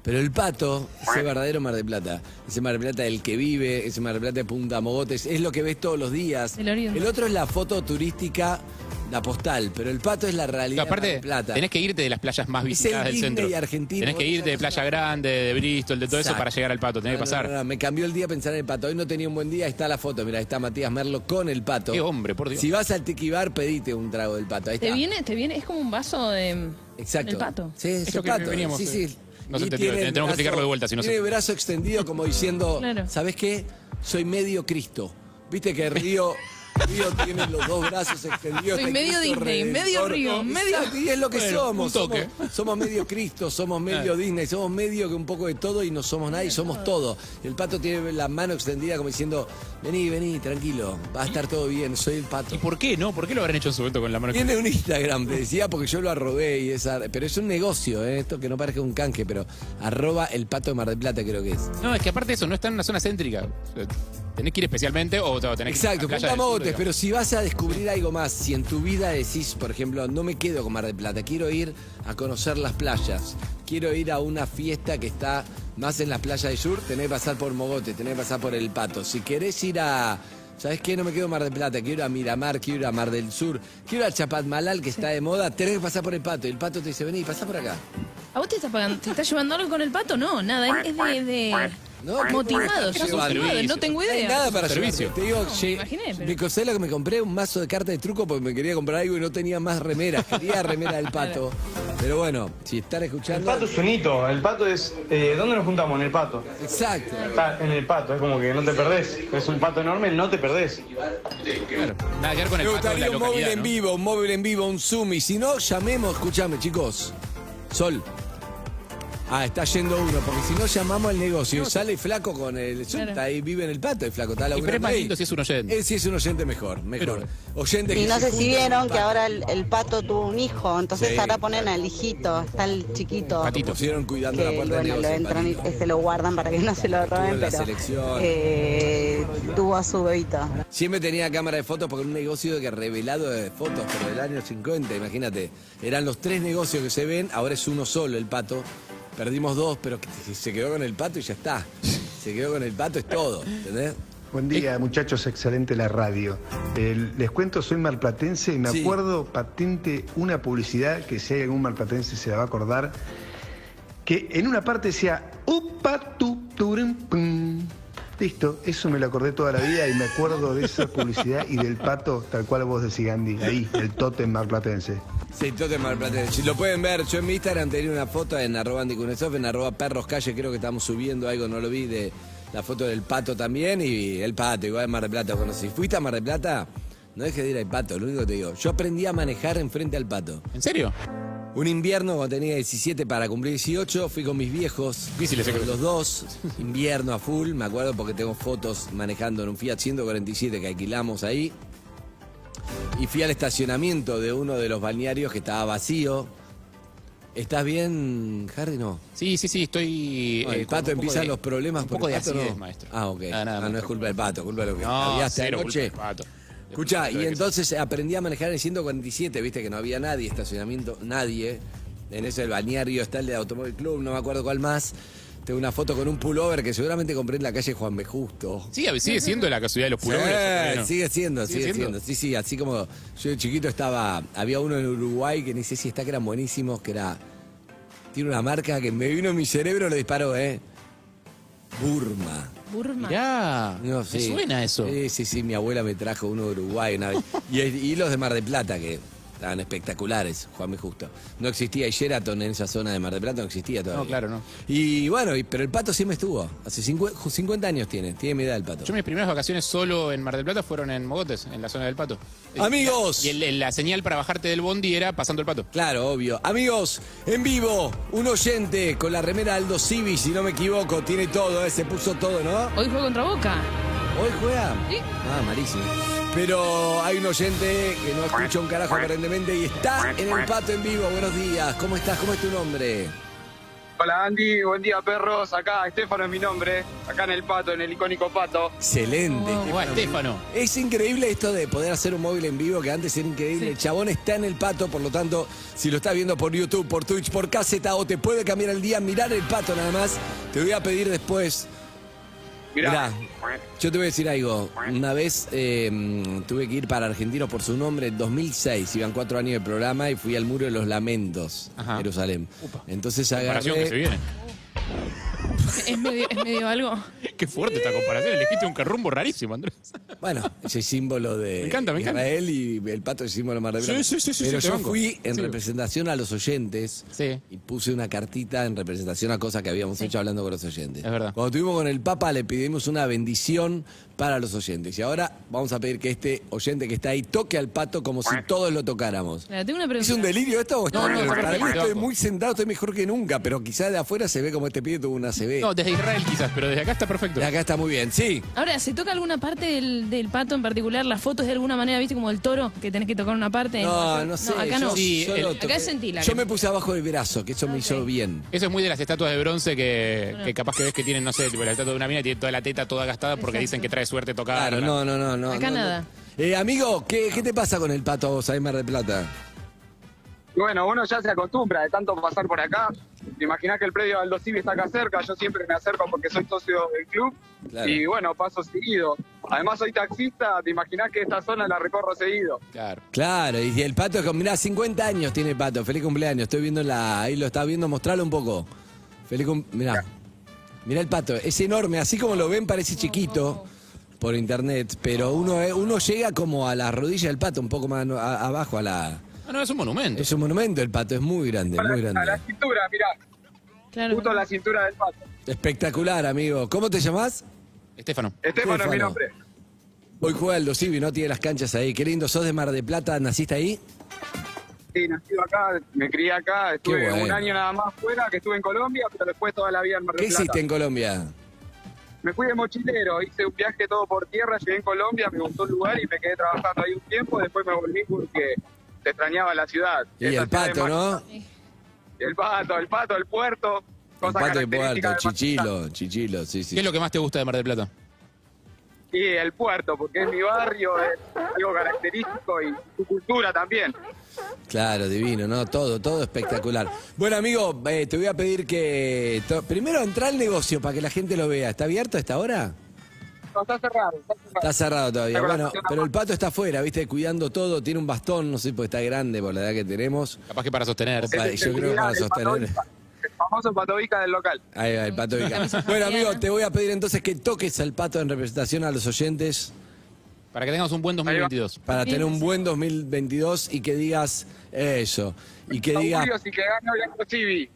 B: Pero el pato, ese verdadero Mar de Plata, ese Mar de Plata del que vive, ese Mar de Plata de Punta Mogotes, es lo que ves todos los días.
D: El oriente.
B: El otro es la foto turística, la postal, pero el pato es la
C: Y
B: realidad de Mar
C: aparte,
B: del Plata.
C: tenés que irte de las playas más
B: Es el
C: visitadas del
B: Disney
C: centro.
B: argentino.
C: Tenés que irte de Playa Grande, de Bristol, de todo eso
B: Exacto.
C: para llegar al pato. Tenés que
B: No, no,
C: pasar.
B: no, no, me cambió el día pensar en el pato. Hoy no tenía un buen día, ahí está la foto. Mira, está Matías Merlo con el pato.
C: Qué hombre, por Dios.
B: Si vas al Tequibar, pedite un trago del pato. Ahí
D: Te
B: está.
D: viene, te viene, es como un vaso de.
B: Exacto.
D: del pato.
B: Sí, es
C: Eso
B: el
C: que
B: pato.
C: veníamos,
B: sí,
C: eh.
B: sí.
C: No se
B: Y
C: entendió.
B: tiene el
C: Tenemos que explicarlo de vuelta, si no se
B: Tiene el
C: entiende.
B: brazo extendido como diciendo,
D: Claro.
B: ¿sabés qué? Soy medio Cristo. Viste que Río... Río tiene los dos brazos extendidos.
D: Soy
B: está
D: medio
B: Cristo
D: Disney, medio Río,
B: Exacto,
D: medio-
B: Y es lo que
C: Bueno,
B: somos.
C: un toque.
B: Somos, somos medio Cristo, somos medio
C: Claro.
B: Disney, somos medio que un poco de todo y no somos nadie, somos todo. El pato tiene la mano extendida como diciendo, vení, vení, tranquilo, va a estar todo bien, soy el pato.
C: ¿Y por qué no? ¿Por qué lo habrán hecho en su momento con la mano?
B: Tiene un Instagram, te decía, porque yo lo arrobé y esa. Pero es un negocio, ¿eh? esto que no parece un canje, pero arroba el pato de Mar del Plata creo que es.
C: No, es que aparte de eso, no está en una zona céntrica. O sea, Tenés que ir especialmente o o tenés que ir
B: Exacto,
C: a Playa
B: punta
C: del Sur,
B: mogotes,
C: digamos.
B: pero si vas a descubrir algo más, si en tu vida decís, por ejemplo, no me quedo con Mar del Plata, quiero ir a conocer las playas, quiero ir a una fiesta que está más en las playas del sur, tenés que pasar por Mogotes, tenés que pasar por El Pato. Si querés ir a... ¿Sabes qué? No me quedo en Mar del Plata, quiero ir a Miramar, quiero ir a Mar del Sur, quiero ir a Chapatmalal, que está de moda, tenés que pasar por El Pato. Y el Pato te dice, vení, pasá por acá.
D: ¿A vos te estás pagando? ¿Te estás llevando algo con el pato? No, nada, es es de. de-
B: No, ¿qué
D: motivado,
B: estás
D: yo soy
B: llevando?
D: motivado, no tengo
B: No hay
D: idea.
B: nada para
C: Es un
B: servicio.
C: servicio.
B: Te digo,
D: No,
B: che,
D: me imaginé, pero-
B: me costó lo que me compré un mazo de cartas de truco porque me quería comprar algo y no tenía más remeras. Quería remera del
D: (laughs)
B: pato. Pero bueno, si están
A: El
B: escuchando.
A: pato es un hito, el pato es... eh, ¿Dónde nos juntamos? En el pato.
B: Exacto.
A: Está en el pato, es como que no te perdés. Es un pato enorme, no te perdés.
C: Claro, Nada que ver con
B: Me
C: el pato de la
B: gustaría un móvil
C: localidad,
B: en
C: ¿no?
B: vivo, un móvil en vivo, un Zoom. Y si no, llamemos, escúchame, chicos. Sol. Ah, está yendo uno, porque si no llamamos al negocio, sale flaco con el Zoom,
D: Claro.
B: está ahí vive en el pato, el flaco está
C: Y
B: laburando
C: pero es más
B: ahí.
C: lindo si es un oyente.
B: Eh, si es un oyente mejor, mejor.
C: Pero-
B: Oyente
H: Y
B: que
H: no sé
B: se
H: si
B: junta con
H: vieron
B: el
H: que
B: pato.
H: ahora el, el pato tuvo un hijo, entonces
B: Sí,
H: ahora ponen al hijito, está el chiquito.
C: Patito.
B: Pusieron cuidando
H: Que
B: la puerta del
H: bueno, lo
B: negocio,
H: entran y
B: Patito.
H: se lo guardan para que no se lo
B: Estuvo en
H: roben,
B: la
H: pero
B: selección.
H: eh, tuvo a su bebito.
B: Siempre tenía cámara de fotos porque era un negocio que revelado de fotos, pero del año 50, imagínate. Eran los tres negocios que se ven, ahora es uno solo el pato. Perdimos dos, pero que- se quedó con el pato y ya está. Se quedó con el pato, es todo, ¿entendés?
I: Buen día, muchachos, excelente la radio. Eh, les cuento, soy marplatense y me
B: Sí.
I: acuerdo patente una publicidad que si hay algún marplatense se la va a acordar, que en una parte decía, upa tu turum, pum". Listo, eso me lo acordé toda la vida y me acuerdo de esa publicidad y del pato, tal cual vos decís, Andy, ahí, el tótem marplatense.
B: Sí, Totem Mar Plata. Si lo pueden ver, yo en mi Instagram tenía una foto en arroba Andy Kuznetsov, en arroba perros calle, creo que estamos subiendo algo, no lo vi, de la foto del pato también y el pato, igual en Mar del Plata. Bueno, si fuiste a Mar del Plata, no dejes de ir al pato, lo único que te digo. Yo aprendí a manejar enfrente al pato.
C: ¿En serio?
B: Un invierno cuando tenía 17 para cumplir 18, fui con mis viejos.
C: Difícil ese
B: con
C: cruce.
B: Los dos, invierno a full, me acuerdo porque tengo fotos manejando en un Fiat 147 que alquilamos ahí. Y fui al estacionamiento de uno de los balnearios que estaba vacío. ¿Estás bien, Harry? No.
C: Sí, sí, sí, estoy.
B: No,
C: eh,
B: el
C: con
B: pato
C: un poco
B: empiezan
C: de-
B: los problemas
C: Un
B: por
C: poco
B: el
C: de
B: pato,
C: acidez,
B: no.
C: maestro.
B: Ah, ok.
C: Nada, nada,
B: Ah, no es culpa del pato, culpa de lo que
C: No,
B: hablaste
C: cero culpa
B: anoche.
C: del pato.
B: Escuchá,
C: Lo
B: y
C: que-
B: entonces aprendí a manejar en el 147, viste que no había nadie, estacionamiento, nadie. En ese el balneario está el de Automóvil Club, no me acuerdo cuál más. Tengo una foto con un pullover que seguramente compré en la calle Juan B. Justo.
C: Sí, a- sigue siendo la casualidad de los
B: Sí,
C: pulmones.
B: sigue siendo, sigue,
C: ¿Sigue
B: siendo?
C: siendo?
B: Sí, sí, así como yo de chiquito estaba, había uno en Uruguay que ni sé si está, que eran buenísimos, que era, tiene una marca que me vino en mi cerebro, lo disparó, ¿eh? Burma.
D: Burma.
C: Mirá,
B: No,
C: me
B: sí.
C: suena eso.
B: Sí, sí, sí, mi abuela me trajo uno de Uruguay
C: (laughs)
B: una vez. Y, y los de Mar del Plata, que estaban espectaculares, Juan B. Justo. No existía y Sheraton en esa zona de Mar del Plata, no existía todavía.
C: No, claro, no.
B: Y bueno, y- pero el pato siempre estuvo. Hace 50, 50 años tiene, tiene mi edad el pato.
C: Yo mis primeras vacaciones solo en Mar del Plata fueron en Mogotes, en la zona del pato. Eh,
B: Amigos.
C: Y el- el- la señal para bajarte del bondi era pasando el pato.
B: Claro, obvio. Amigos, en vivo, un oyente con la remera Aldo Civi, si no me equivoco, tiene todo, ¿eh? se puso todo, ¿no?
D: Hoy juego contra Boca.
B: Hoy juega.
D: Sí.
B: Ah, malísimo. Pero hay un oyente que no escucha un carajo aparentemente y está en el pato en vivo. Buenos días, ¿cómo estás? ¿Cómo es tu nombre?
J: Hola Andy, buen día perros. Acá Estefano es mi nombre. Acá en el pato, en el icónico pato.
B: Excelente.
C: Guau, Estefano.
B: Es increíble esto de poder hacer un móvil en vivo que antes era increíble. El chabón está en el pato, por lo tanto, si lo estás viendo por YouTube, por Twitch, por caseta o te puede cambiar el día, mirar el pato nada más. Te voy a pedir después. Mirá. Yo te voy a decir algo. Una vez eh, tuve que ir para Argentinos por su nombre en 2006. Iban cuatro años de programa y fui al Muro de los Lamentos,
C: Ajá.
B: Jerusalén. Entonces
C: Comparación que se
B: agarré.
C: viene. (laughs)
D: ¿Es medio, es medio algo?
C: Qué fuerte esta comparación. Elegiste un carrumbo rarísimo, Andrés.
B: Bueno, ese símbolo de
C: Me encanta, me encanta.
B: Israel y el pato es símbolo de Mar del
C: Sí,
B: Plata.
C: sí, sí, sí,
B: Pero
C: sí, te
B: yo
C: banco.
B: fui en
C: Sí.
B: representación a los oyentes
C: Sí.
B: y puse una cartita en representación a cosas que habíamos hecho hablando con los oyentes.
C: Es verdad.
B: Cuando estuvimos con el Papa le pedimos una bendición para los oyentes. Y ahora vamos a pedir que este oyente que está ahí toque al pato como si todos lo tocáramos.
D: Claro, tengo una
B: ¿Es
D: pregunta.
B: un delirio esto? o
C: No,
B: estoy-
C: no,
B: para
C: perfecto.
B: mí estoy muy sentado, estoy mejor que nunca, pero quizás de afuera se ve como este pibe tuvo una CB.
C: No, desde Israel quizás, pero desde acá está perfecto.
B: Acá está muy bien, sí.
D: Ahora, ¿se toca alguna parte del, del pato en particular? ¿Las fotos de alguna manera, viste, como el toro, que tenés que tocar una parte?
B: No, no sé.
D: acá
B: yo-
D: no.
C: Sí,
B: yo
C: el-
B: lo
D: Acá
B: toqué.
D: sentí la
B: Yo
D: que-
B: me puse abajo del brazo, que eso me hizo bien.
C: Eso es muy de las estatuas de bronce que, que capaz que ves que tienen, no sé, tipo la estatua de una mina tiene toda la teta toda gastada porque dicen que trae suerte tocada.
B: Claro, no, no, no, no.
D: Acá
B: no, no.
D: nada.
B: Eh, amigo, ¿qué, qué te pasa con el pato vos ahí en Mar del Plata?
J: Y bueno, uno ya se acostumbra de tanto pasar por acá. Te imaginás que el predio de Aldo Civi está acá cerca. Yo siempre me acerco porque soy socio del club.
B: Claro.
J: Y bueno, paso seguido. Además soy taxista. Te imaginás que esta zona la recorro seguido.
C: Claro.
B: Claro, y el pato, es como- mirá, 50 años tiene el pato. Feliz cumpleaños. Estoy viendo la. Ahí lo estás viendo, mostralo un poco. Feliz cumpleaños. Mirá. Mirá el pato, es enorme. Así como lo ven, parece chiquito por internet, pero uno, eh, uno llega como a la rodilla del pato, un poco más no- a- abajo a la.
C: Ah, No, no, es un monumento.
B: Es un monumento el pato, es muy grande, muy
J: A la
B: grande.
J: cintura, mirá.
D: Claro.
J: Justo a la cintura del pato.
B: Espectacular, amigo. ¿Cómo te llamás?
C: Estefano.
J: Estefano es mi
B: Estefano.
J: nombre.
B: Hoy juega el Dosivi, ¿no? Tiene las canchas ahí. Qué lindo, sos de Mar de Plata, ¿naciste ahí?
J: Sí, nacido acá, me crié acá, estuve
B: Qué bueno.
J: un año nada más fuera, que estuve en Colombia, pero después toda la vida en Mar
B: ¿Qué
J: del Plata.
B: hiciste en Colombia?
J: Me fui de mochilero, hice un viaje todo por tierra, llegué en Colombia, me gustó el lugar y me quedé trabajando ahí un tiempo, después me volví porque te extrañaba la ciudad.
B: Y
J: Esa
B: el
J: ciudad es
B: pato,
J: más-
B: ¿no?
J: El pato, el pato, el puerto.
B: El
J: cosas
B: pato de
J: características
B: Puerto,
J: de Mar del
B: Chichilo,
J: Plata.
B: Chichilo, sí, sí.
C: ¿Qué es lo que más te gusta de Mar del Plata?
J: Sí, el puerto, porque es mi barrio, es algo característico y su cultura también.
B: Claro, divino, ¿no? Todo, todo espectacular. Bueno, amigo, eh, te voy a pedir que... to- Primero entra al negocio para que la gente lo vea. ¿Está abierto a esta hora?
J: No, está cerrado, está cerrado.
B: Está cerrado todavía.
J: Está con la
B: Bueno,
J: cocina
B: pero el pato está afuera, ¿viste? Cuidando todo, tiene un bastón, no sé, porque está grande por la edad que tenemos.
C: Capaz que para sostener.
B: Opa,
J: Es
B: yo creo que
J: el
B: para
J: pato
B: sostener...
J: Ica, El famoso patovica del local.
B: Ahí va, el pato Vica.
D: Camisa
B: Bueno,
D: marciana.
B: amigo, te voy a pedir entonces que toques al pato en representación a los oyentes
C: Para que tengamos un buen 2022.
B: para
D: Bien,
B: tener un
D: sí.
B: buen 2022 y que digas eso. Y que digas.
J: Augurios y que gane hoy Aldo Civi.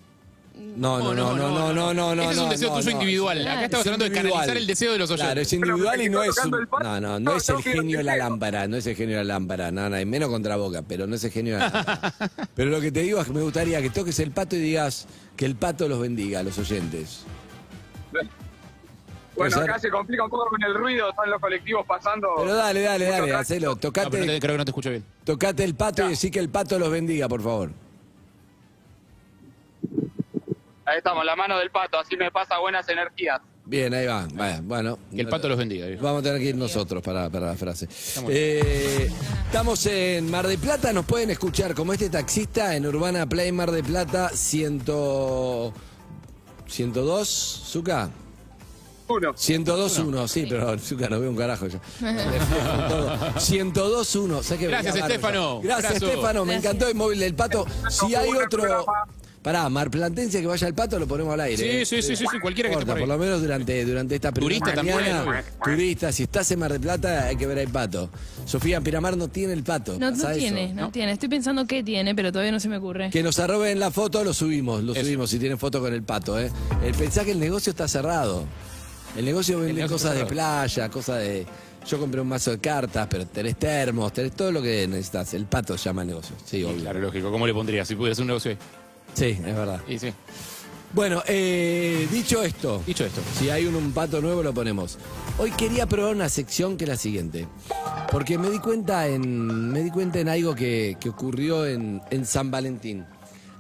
B: No, no, no, no, no, no, no, no.
C: Ese es un
B: no,
C: deseo
B: no,
C: tuyo
B: no.
C: individual. Acá estamos
B: Es
C: hablando de
B: individual.
C: canalizar el deseo de los oyentes.
B: Claro, es individual y no es. un-
J: Pero me
B: No, no, no es
J: estoy
B: el
J: tocando el
B: genio de la
J: pato.
B: lámpara, no es el genio de la lámpara, no, no, y menos contra boca, pero no es el genio de la
C: (laughs)
B: lámpara. Pero lo que te digo es que me gustaría que toques el pato y digas que el pato los bendiga a los oyentes. Puede
J: Bueno,
B: ser.
J: acá se complica un poco con el ruido, están los colectivos pasando.
B: Pero dale, dale,
J: Mucho
B: dale,
J: tacto.
B: hacelo.
C: No, pero no te-
B: Tocate,
C: creo que no te escucho bien.
B: tocate el pato y decí que el pato los bendiga, por favor.
J: Ahí estamos, la mano del pato, así me pasa buenas energías.
B: Bien, ahí va. Vaya, Bueno,
C: Que el pato los bendiga. viejo.
B: Vamos a tener que ir nosotros para, para la frase.
C: muy
B: Eh, estamos en Mar de Plata, nos pueden escuchar como este taxista en Urbana Play Mar de Plata 100, 102, Zuka.
J: Uno.
B: 102-1, sí, pero Zuka no veo un carajo ya. Todo. 102-1. sé que
C: Gracias,
B: venía bárbaro.
C: Estefano.
B: Gracias,
C: Abrazo.
B: Estefano. Me
D: Gracias.
B: encantó el móvil del pato. Si hay
J: Buen
B: otro.
J: programa.
B: Pará, marplatense que vaya al pato, lo ponemos al aire.
C: Sí,
B: eh.
C: sí, sí, sí, sí, cualquiera que esté
B: Corta,
C: por
B: por,
C: ahí.
B: lo menos durante, durante esta primera
C: Turista también,
B: mañana.
C: obvio.
B: turista, si estás en Mar del Plata hay que ver el pato. Sofía Piramar no tiene el pato.
D: No,
B: pasa
D: no
B: eso.
D: tiene, no, tiene. Estoy pensando qué tiene, pero todavía no se me ocurre.
B: Que nos arroben la foto, lo subimos, lo
C: Eso.
B: subimos si tienen foto con el pato. ¿eh? Eh, Pensá que el negocio está cerrado. El negocio vende
C: negocio
B: cosas de
C: está
B: playa, cosas de... Yo compré un mazo de cartas, pero tenés termos, tenés todo lo que necesitas. El pato llama el negocio. Sí, obvio.
C: Claro, lógico. ¿Cómo le pondría? Si pudiera hacer un negocio ahí.
B: Sí, es verdad.
C: Y sí.
B: Bueno, eh, dicho esto,
C: Dicho esto.
B: si hay un, un pato nuevo lo ponemos. Hoy quería probar una sección que es la siguiente. Porque me di cuenta en, me di cuenta en algo que, que ocurrió en, en San Valentín.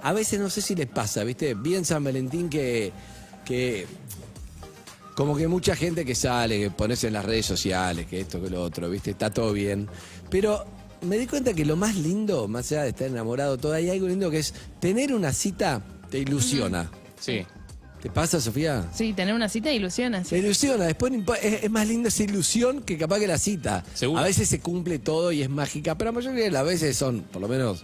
B: a veces no sé si les pasa, ¿viste? Bien San Valentín que, que como que mucha gente que sale, que pones en las redes sociales, que esto, que lo otro, ¿viste? Está todo bien. Pero me di cuenta que lo más lindo, más allá de estar enamorado, todo hay algo lindo que es tener una cita, te ilusiona.
C: Sí.
B: ¿Te pasa, Sofía?
D: Sí, tener una cita ilusiona.
B: Te
D: Sí.
B: ilusiona, después no impo- es, es más linda esa ilusión que capaz que la cita.
C: Seguro.
B: A veces se cumple todo y es mágica, pero la mayoría de las veces son, por lo menos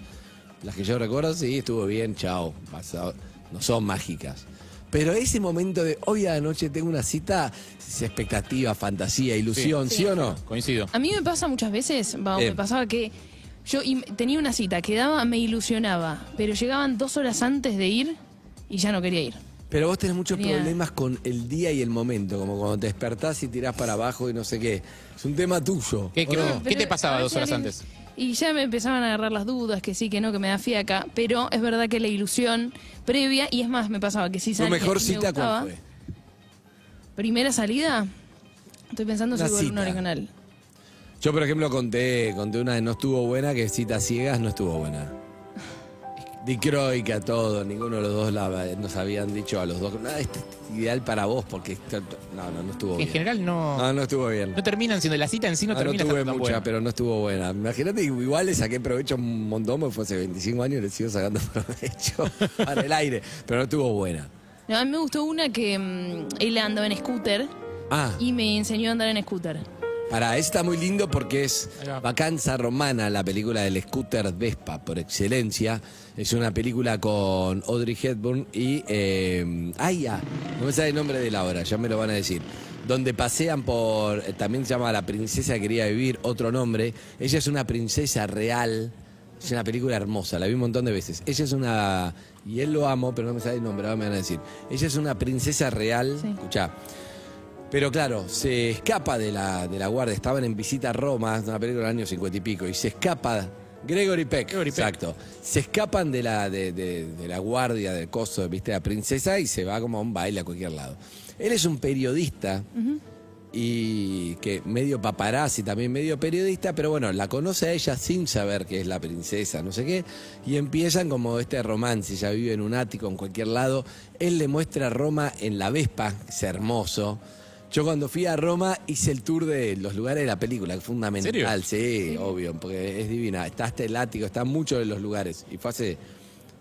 B: las que yo recuerdo, sí, estuvo bien, chao. pasado. No son mágicas. Pero ese momento de hoy a la noche tengo una cita, es expectativa, fantasía, ilusión, ¿sí, o no?
C: Coincido.
D: A mí me pasa muchas veces, va,
B: Eh.
D: me pasaba que yo im- tenía una cita, quedaba, me ilusionaba, pero llegaban dos horas antes de ir y ya no quería ir.
B: Pero vos tenés muchos
D: Tenía-
B: problemas con el día y el momento, como cuando te despertás y tirás para abajo y no sé qué. Es un tema tuyo.
C: ¿Qué-
B: ¿o
C: qué-
B: no?
D: Pero
C: te pasaba
D: a
C: dos horas
D: veces-
C: antes?
D: Y ya me empezaban a agarrar las dudas, que sí, que no, que me da fiaca, pero es verdad que la ilusión previa, y es más, me pasaba que si
B: ¿Tu
D: salía
B: mejor
D: y me
B: cita
D: gustaba,
B: cuál fue?
D: Primera salida, estoy pensando
B: Una
D: si hubo
B: cita.
D: una original.
B: Yo, por ejemplo, conté, conté una que no estuvo buena, que cita ciegas no estuvo buena. Dicroica, todo, ninguno de los dos la- nos habían dicho a los dos, nada, este es ideal para vos, porque esto- no, no, no estuvo
C: En
B: bien.
C: general no, no,
B: Ah, No, no estuvo bien.
C: terminan siendo la cita en sí no,
B: Ah, no
C: termina
B: tuve
C: estando
B: mucha,
C: tan buena.
B: pero no estuvo buena. Imagínate, igual le saqué provecho un montón, porque fue hace 25 años y le sigo sacando (laughs) provecho para el aire, pero no estuvo buena.
D: No, a mí me gustó una que mm, él andaba en scooter
B: Ah,
D: y me enseñó a andar en scooter.
B: para, está muy lindo porque es
C: Ahí va.
B: Vacanza Romana, la película del scooter Vespa por excelencia. Es una película con Audrey Hepburn y. Eh, ay, ah, no me sale el nombre de la obra, ya me lo van a decir. Donde pasean por. eh, También se llama La Princesa que Quería Vivir, otro nombre. Ella es una princesa real. Es una película hermosa, la vi un montón de veces. Ella es una. Y él lo amo, pero no me sale el nombre, ahora me van a decir. Ella es una princesa real.
D: Sí.
B: Escuchá. Pero claro, se escapa de la, de la guardia. Estaban en visita a Roma, es una película del año cincuenta y pico, y se escapa. Gregory Peck,
C: Gregory Peck.
B: exacto. Se escapan de la, de, de- de la guardia, del coso, viste, la princesa, y se va como a un baile a cualquier lado. Él es un periodista y que medio paparazzi, también medio periodista, pero bueno, la conoce a ella sin saber que es la princesa, no sé qué, y empiezan como este romance, ella vive en un ático, en cualquier lado, él le muestra Roma en la Vespa, es hermoso. Yo cuando fui a Roma hice el tour de los lugares de la película, que es fundamental, sí, obvio, porque es divina, está hasta el ático, está en muchos de los lugares, y fue hace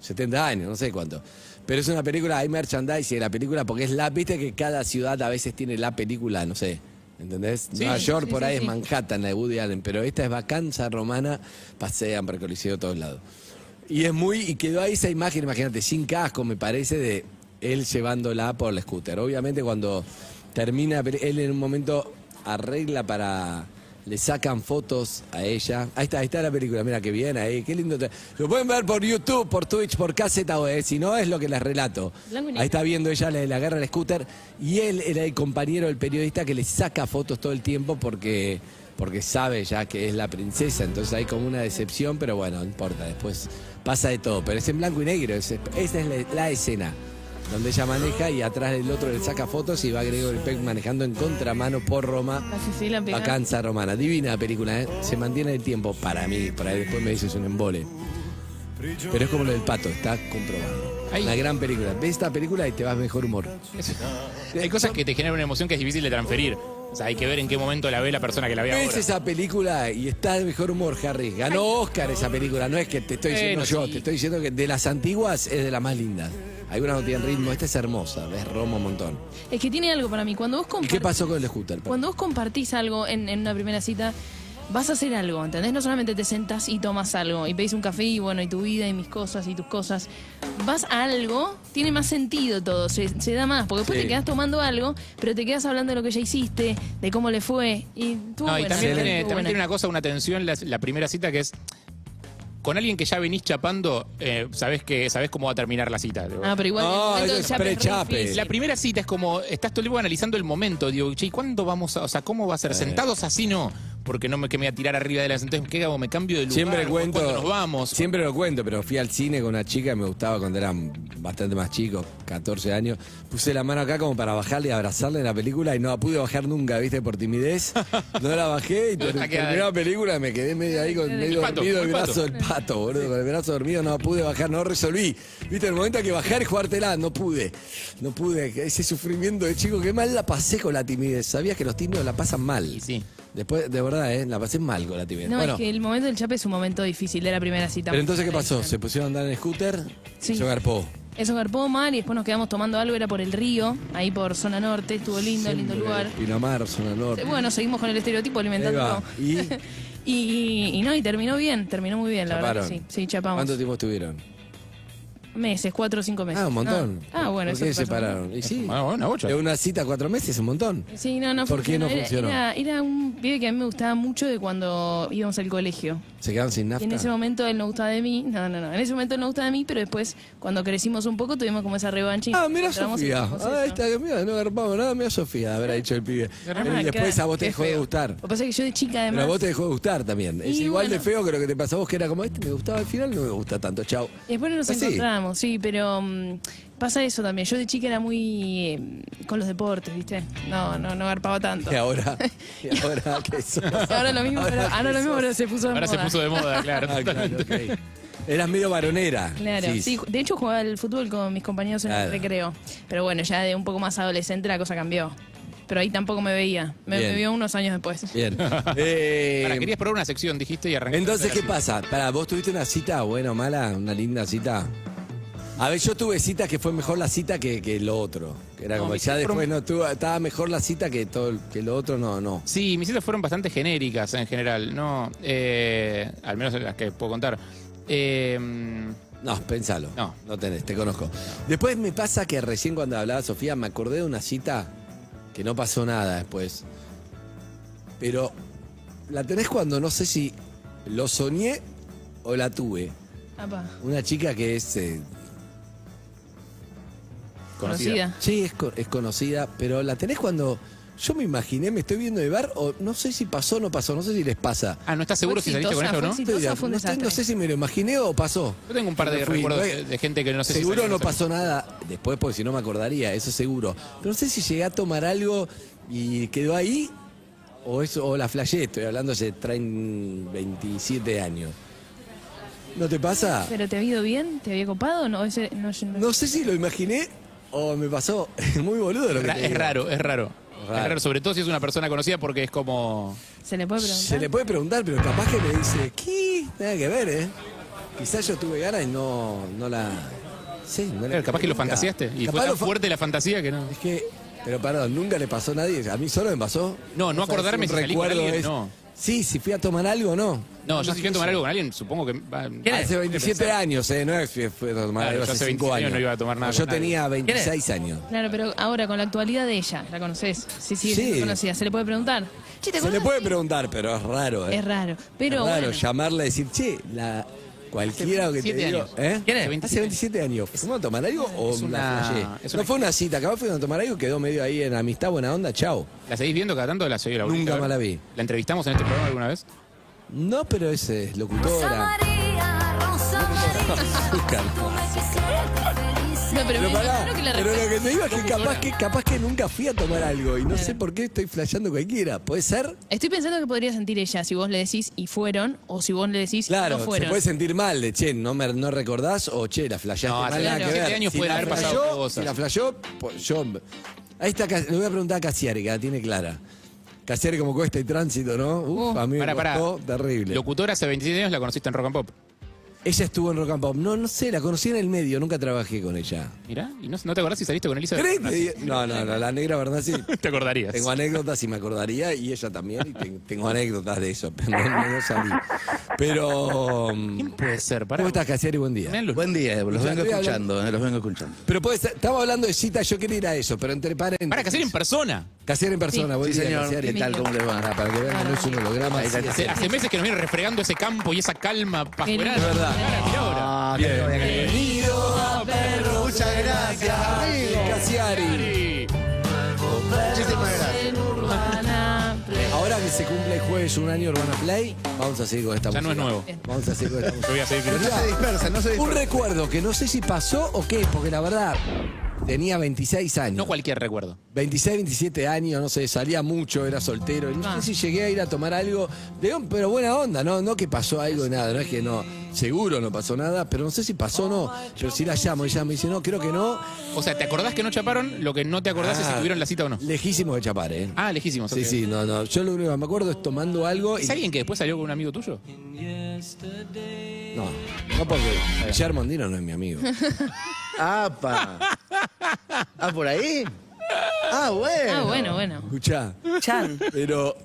B: 70 años, no sé cuánto. Pero es una película, hay merchandising de la película porque es la, viste que cada ciudad a veces tiene la película, no sé. ¿Entendés? Nueva York
D: Sí,
B: por
D: sí,
B: ahí
D: sí.
B: es Manhattan, la de Woody Allen, pero esta es vacanza romana, pasean por el Coliseo de todos lados. Y es muy, y quedó ahí esa imagen, imagínate, sin casco, me parece, de él llevándola por el scooter. Obviamente cuando termina, pero él en un momento arregla para. Le sacan fotos a ella. Ahí está, ahí está la película, mira qué bien ahí, qué lindo. tra- Lo pueden ver por YouTube, por Twitch, por KZOE, E, si no es lo que les relato.
D: Blanco y negro.
B: Ahí está viendo ella la, la guerra del scooter y él era el compañero del periodista que le saca fotos todo el tiempo porque, porque sabe ya que es la princesa. Entonces hay como una decepción, pero bueno, no importa, después pasa de todo. Pero es en blanco y negro, es- esa es la, la escena donde ella maneja y atrás del otro le saca fotos y va Gregory Peck manejando en contramano por Roma.
D: Así sí, la pegaba.
B: Vacanza romana, divina película, ¿eh? se mantiene el tiempo para mí, por ahí después me dices un embole. Pero es como lo del pato, está comprobado.
C: Ay.
B: Una gran película. Ves esta película y te vas mejor humor.
C: Hay cosas que te generan una emoción que es difícil de transferir. O sea, hay que ver en qué momento la ve la persona que la ve
B: Ves
C: ahora.
B: esa película y está de mejor humor, Harry. Ganó Oscar esa película. No es que te estoy diciendo
C: Bueno,
B: yo,
C: sí.
B: te estoy diciendo que de las antiguas es de las más lindas. Algunas no tienen ritmo, esta es hermosa, ves Roma un montón.
D: Es que tiene algo para mí. Cuando vos
B: ¿Y qué
D: compartís,
B: pasó con el scooter?
D: cuando vos compartís algo en, en una primera cita, vas a hacer algo, ¿entendés? No solamente te sentás y tomas algo y pedís un café y bueno, y tu vida y mis cosas y tus cosas. Vas a algo, tiene más sentido todo, se, se da más, porque después
B: Sí.
D: te quedás tomando algo, pero te quedás hablando de lo que ya hiciste, de cómo le fue y tú
C: No, y también, tiene,
D: estuvo
C: también
D: buena.
C: tiene una cosa, una tensión la, la primera cita que es con alguien que ya venís chapando, eh, sabés que sabés cómo va a terminar la cita.
D: Ah, pero igual en el
B: No,
D: momento
B: eso
D: del
B: es
D: chape re
B: prechape.
D: difícil.
C: La primera cita es como, estás todo el tiempo analizando el momento, digo, che, ¿y ¿cuándo vamos a, o sea, cómo va a ser? Sentados así no, porque no me que me voy a tirar arriba de las. Entonces, ¿qué hago? Me cambio de lugar.
B: Siempre
C: ¿Cuándo
B: cuento.
C: nos vamos?
B: Siempre lo cuento, pero fui al cine con una chica que me gustaba cuando eran bastante más chicos, 14 años. Puse la mano acá como para bajarle y abrazarle en la película y no la pude bajar nunca, ¿viste? Por timidez. No la
C: (laughs)
B: bajé y ter-
C: Está quedada
B: terminó la película y me quedé medio ahí con
D: El
B: medio
C: Ah, pato,
B: dormido el
C: el pato.
B: brazo del pato, boludo. Con el brazo dormido no la pude bajar, no resolví. ¿Viste? El momento que bajé y jugártela, no pude. No pude. Ese sufrimiento de chico, qué mal la pasé con la timidez. Sabías que los tímidos la pasan mal.
C: Y sí.
B: Después, de verdad, ¿eh? La pasé mal con la timidez.
D: No,
B: bueno,
D: es que el momento del chape es un momento difícil de la primera cita.
B: pero entonces, ¿qué pasó? ¿Se pusieron a andar en scooter?
D: Sí.
B: Yo garpó.
D: Eso garpó mal y después nos quedamos tomando algo, era por el río, ahí por zona norte, estuvo lindo, lindo lugar. Eh,
B: Pinamar, zona norte.
D: Bueno, seguimos con el estereotipo
B: Ahí
D: alimentándolo.
B: va.
D: (laughs)
B: ¿Y?
D: y, y no, y terminó bien, terminó muy bien, la
B: Chaparon.
D: verdad que sí. Sí, chapamos.
B: ¿Cuánto tiempo estuvieron?
D: Meses, cuatro o cinco meses.
B: Ah, un montón.
D: No. Ah, bueno,
B: ¿Por
D: eso
B: qué
D: te
B: se
D: pasa.
B: separaron? Y sí.
C: Ah, bueno, bocha.
B: De una cita a cuatro meses es un montón.
D: Sí, no, no
B: ¿Por qué no
D: Era-
B: funcionó?
D: Era, era un pibe que a mí me gustaba mucho de cuando íbamos al colegio.
B: Se quedaron sin
D: Y
B: nafta.
D: en ese momento él no gustaba de mí. No, no, no. En ese momento él no gustaba de mí, pero después, cuando crecimos un poco, tuvimos como esa revancha. y
B: Ah, mira
D: encontramos y
B: Sofía.
D: hicimos
B: Ah,
D: eso.
B: está, mira, no garpamos nada, mira Sofía, habrá dicho el pibe.
D: Ah,
B: Y después
D: claro,
B: a vos te
D: qué
B: dejó de
D: feo.
B: gustar.
D: Lo que pasa es que yo de chica,
B: Pero
D: además.
B: a vos te dejó de gustar también. Es
D: Y
B: igual de
D: bueno.
B: feo que lo que te pasó a vos, que era como, este me gustaba al final, no me gusta tanto, chao.
D: Después no nos
B: Ah, sí.
D: encontramos, sí, pero mm, pasa eso también. Yo de chica era muy. eh, con los deportes, ¿viste? No, no, no
B: (laughs)
D: garpaba tanto.
B: Y ahora,
D: (laughs)
B: y ahora, ¿qué sos?
D: Ahora lo mismo, pero, ah, no,
B: ¿qué
D: lo mismo,
B: sos?
D: pero se puso de
C: Ahora se
D: moda.
C: puso de moda, claro.
B: (laughs) Ah, claro, ok. Eras medio varonera.
D: Claro, sí. De hecho, jugaba al fútbol con mis compañeros en
B: Claro.
D: el recreo. Pero bueno, ya de un poco más adolescente la cosa cambió. Pero ahí tampoco me veía. Me,
B: Bien.
D: me vio unos años después.
B: Bien. Eh,
C: Ahora, querías probar una sección, dijiste, y arrancaste.
B: entonces, ¿qué pasa? Para, ¿vos tuviste una cita buena o mala? ¿Una linda cita? A ver, yo tuve citas que fue mejor la cita que, que lo otro. Que Era
C: No,
B: como,
C: mi
B: ya
C: cita
B: después
C: fueron-
B: no tuvo, estaba mejor la cita que todo el- que lo otro, no, no.
C: Sí, mis citas fueron bastante genéricas en general, ¿no? Eh, al menos las que puedo contar. Eh,
B: No, pensalo.
C: No.
B: No tenés, te conozco. Después me pasa que recién cuando hablaba Sofía me acordé de una cita que no pasó nada después. Pero la tenés cuando no sé si lo soñé o la tuve.
D: Apa,
B: Una chica que es. eh,
D: conocida.
B: sí, es, co- es conocida, pero la tenés cuando. Yo me imaginé, me estoy viendo de bar, o no sé si pasó o no pasó, no sé si les pasa.
C: ah, ¿no estás seguro
D: Fue
C: si saliste con
D: exitosa,
C: esto o
D: fue
B: No,
C: no?
D: exitosa.
B: estoy de-
D: fue un
B: no estoy-
D: desastre.
B: no sé si me lo imaginé o pasó.
C: Yo tengo un par
B: Yo
C: de
B: fui,
C: recuerdos
B: no
C: de,
B: es-
C: de gente que no sé si
B: Seguro
C: salió,
B: no
C: salió.
B: pasó nada después, porque si no me acordaría, eso seguro. Pero no sé si llegué a tomar algo y quedó ahí, o, eso, o la flasheé, estoy hablando hace 30, 27 años. ¿No te pasa?
D: ¿Pero te había ido bien? ¿Te había copado? No, ese, no, yo no-
B: No sé si lo imaginé o me pasó. (laughs) Es muy boludo lo que
C: Ra-
B: te
C: Es
B: digo.
C: raro, es raro.
B: Raro.
C: Es raro, sobre todo si es una persona conocida porque es como...
D: ¿Se le puede preguntar?
B: Se le puede preguntar, pero capaz que me dice, ¿qué? Nada que ver, ¿eh? Quizás yo tuve ganas y no, no la... Sí, no la
C: Claro, capaz que lo
B: nunca.
C: fantaseaste y
B: Capaz
C: fue
B: lo
C: tan
B: fa-
C: fuerte la fantasía que no.
B: Es que, pero perdón, nunca le pasó a nadie. A mí solo me pasó.
C: No, no
B: sabés
C: acordarme
B: un
C: si salí con
B: recuerdo
C: alguien, no.
B: Sí, si fui a tomar algo, no.
C: No, yo
B: Más
C: si
B: que
C: quiero tomar
B: eso.
C: algo con alguien, supongo que... va-
B: Hace 27 años, ¿eh? No es que fui a tomar
C: Claro,
B: algo
C: yo
B: hace 5
C: hace 25
B: años.
C: años no iba a tomar nada
B: Yo
C: con nadie.
B: tenía 26 años.
D: Claro, pero ahora con la actualidad de ella, ¿la conoces? Sí, sí,
B: Sí.
D: sí. conocida. ¿Se le puede preguntar?
B: Se
D: Che, ¿te
B: le
D: acordás?
B: puede preguntar, pero es raro, ¿eh?
D: Es raro. Pero
B: Es raro
D: bueno.
B: llamarla y decir, che, la... Cualquiera que te
C: 27
B: digo,
C: años.
B: ¿eh?
C: ¿Quién es?
B: Hace 27 años. ¿Fuimos a tomar algo o
C: Es
B: la
C: una-
B: fallé?
C: es
B: No
C: una-
B: fue una cita, acabamos fuimos a tomar algo, quedó medio ahí en amistad, buena onda, chao.
C: ¿La seguís viendo cada tanto? ¿La seguí la
B: Nunca
C: última
B: más la
C: vez?
B: vi.
C: ¿La entrevistamos en este programa alguna vez?
B: No, pero ese es locutora. Azúcar.
D: No, pero,
B: Pero
D: me
B: pará,
D: imagino que la
B: pero
D: respuesta-
B: lo que te digo es que capaz que, capaz que nunca fui a tomar algo y no sé por qué estoy flasheando cualquiera. ¿Puede ser?
D: Estoy pensando que podría sentir ella si vos le decís y fueron o si vos le decís
B: Claro,
D: y no
B: se
D: fueron.
B: puede sentir mal de che, no, me, no recordás o che, la flasheaste
C: No,
B: mal.
C: hace
B: nada que
C: 27
B: ver.
C: años
B: si
C: pueden
B: la
C: haber pasado
B: flasheó,
C: cosas.
B: Si la flasheó, po- yo. Ahí está, Cas- le voy a preguntar a Casiari, que la tiene clara. Casiari como cuesta y tránsito, ¿no? Uf,
D: Uh,
B: a mí me
C: pará, pará.
B: costó terrible.
C: Locutora hace 27 años, la conociste en Rock and Pop.
B: Ella estuvo en Rock and Pop. No, no sé, la conocí en el medio, nunca trabajé con ella.
C: Mirá, ¿y no, no te acordás si saliste con Elisa?
B: ¿Crees? que- No, no, no, la negra verdad (laughs) sí.
C: Te acordarías.
B: Tengo anécdotas y me acordaría, y ella también, y ten- tengo anécdotas de eso, (laughs) pero no, no salí. Pero. um,
C: ¿Quién puede ser? Pará.
B: ¿Cómo estás, Casiari? Buen día.
C: Mirá, Lu-
K: Buen día, los
B: Ya
K: vengo
B: estoy
K: escuchando, eh, los vengo escuchando.
B: Pero puede ser, estaba hablando de cita, yo quería ir a eso, pero entre paréntesis.
C: Pará, Casiari en persona.
B: Casiari en persona, buen
K: Sí,
B: día,
K: señor,
B: Casiari.
K: ¿qué tal? ¿Cómo les
B: Ah,
K: va?
B: para que vean que no es un holograma.
K: Ahí está,
B: sí,
C: Hace, hace meses que nos viene refregando ese campo y esa calma pajuerana.
D: Es verdad.
C: Ahora, mirá ahora.
K: Ah, qué bien, qué bien.
B: Bienvenido a Perro. Muchas gracias, Casiari.
C: Sí.
K: Muchísimas gracias.
D: Urbana,
B: Ahora que se se cumple el jueves un año Urbana Play. Vamos a seguir con esta
C: Ya no
B: música.
C: es nuevo.
B: Vamos a seguir con esta música.
C: (laughs) Yo voy a seguir
B: Pero
C: gritando.
B: ya,
C: No se dispersa, no se
B: Un
C: dispersa.
B: recuerdo que no sé si pasó o qué, porque la verdad tenía 26 años.
C: No cualquier recuerdo.
B: 26, 27 años, no sé, salía mucho, era soltero. y No
C: Ah.
B: sé si llegué a ir a tomar algo, de, un- pero buena onda, no, no que pasó algo, nada, no es que no, seguro no pasó nada, pero no sé si pasó o no. Yo sí la llamo, ella me dice, no, creo que no.
C: O sea, ¿te acordás que no chaparon? Lo que no te acordás es si
B: Ah.
C: tuvieron la cita o no.
B: Lejísimo de chapar, ¿eh?
C: Ah, lejísimos.
B: Sí,
C: ok.
B: sí, no, no. Yo lo único que me acuerdo es tomando algo y.
C: ¿Es alguien que después salió con un amigo tuyo?
B: No, no porque Guillermo Andino no es mi
C: (laughs)
B: amigo.
K: ¡Apa!
B: (laughs)
K: ¿Ah, por ahí? Ah, bueno.
D: Ah, bueno, bueno.
B: Escuchá,
K: Chan.
B: pero.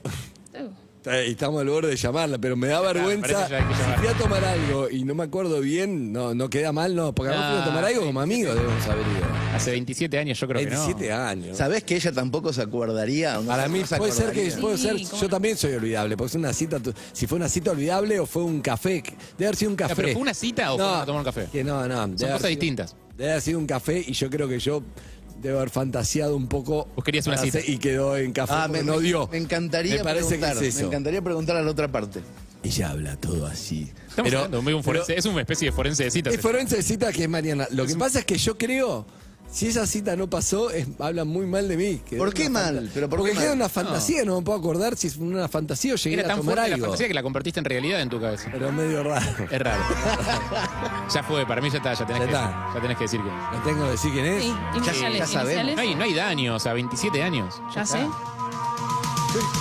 B: Eh, Estamos al borde de llamarla, pero me da vergüenza.
C: parece ya hay que
B: Si
C: llamarla.
B: fui a tomar algo y no me acuerdo bien, no, no queda mal, no, porque además fui a
C: Ah,
B: tomar algo como amigos, debemos haber ido.
C: Hace 27 años yo creo que
B: 27
C: no.
B: años.
K: ¿Sabés que ella tampoco se acordaría? No
B: Para
K: sé,
B: mí,
K: no se
B: puede ser que
K: acordaría.
B: puede
D: Sí,
B: ser,
D: cómo
B: yo
D: no.
B: también soy olvidable, porque es una cita, tu- si fue una cita olvidable o fue un café, que- debe haber sido un café.
C: Ah, ¿Pero fue una cita o
B: No,
C: fueron a tomar un café?
B: Que no, no. debe
C: Son
B: haber
C: cosas
B: sido-
C: distintas.
B: Debe haber sido un café y yo creo que yo debo haber fantaseado un poco.
C: Vos querías una
B: para
C: cita.
B: hacer- Y quedó en café,
K: Ah,
B: porque
K: me,
B: no
K: me-
B: dio.
K: Me encantaría
B: Me parece que
K: preguntar.
B: es eso.
K: Me encantaría preguntar a la otra parte.
B: Ella habla todo así.
C: Estamos hablando medio un
B: pero-
C: forense- es una especie de forense de citas.
B: Es forense de cita que es Mariana. Lo que pasa es que yo creo, si esa cita no pasó, es, hablan muy mal de mí. Quedó
K: ¿Por qué
B: una
K: mal?
B: fanta-
K: ¿Pero por
B: Porque
K: qué
B: queda
K: mal?
B: una fantasía, no. me puedo acordar si es una fantasía o llegué
C: Era
B: a
C: tan
B: tomar
C: fuerte la
B: algo.
C: fantasía que la convertiste en realidad en tu cabeza.
B: Pero medio
C: (laughs)
B: raro.
C: Es
B: (laughs)
C: raro. ya fue, para mí ya está, ya tenés,
B: Ya
C: que,
B: está.
C: decir- ya tenés que decir que no.
B: No tengo que decir quién es.
D: Sí, iniciales,
K: ya sabemos.
D: iniciales.
C: No hay, no hay daños, a 27 años.
D: Ya sé.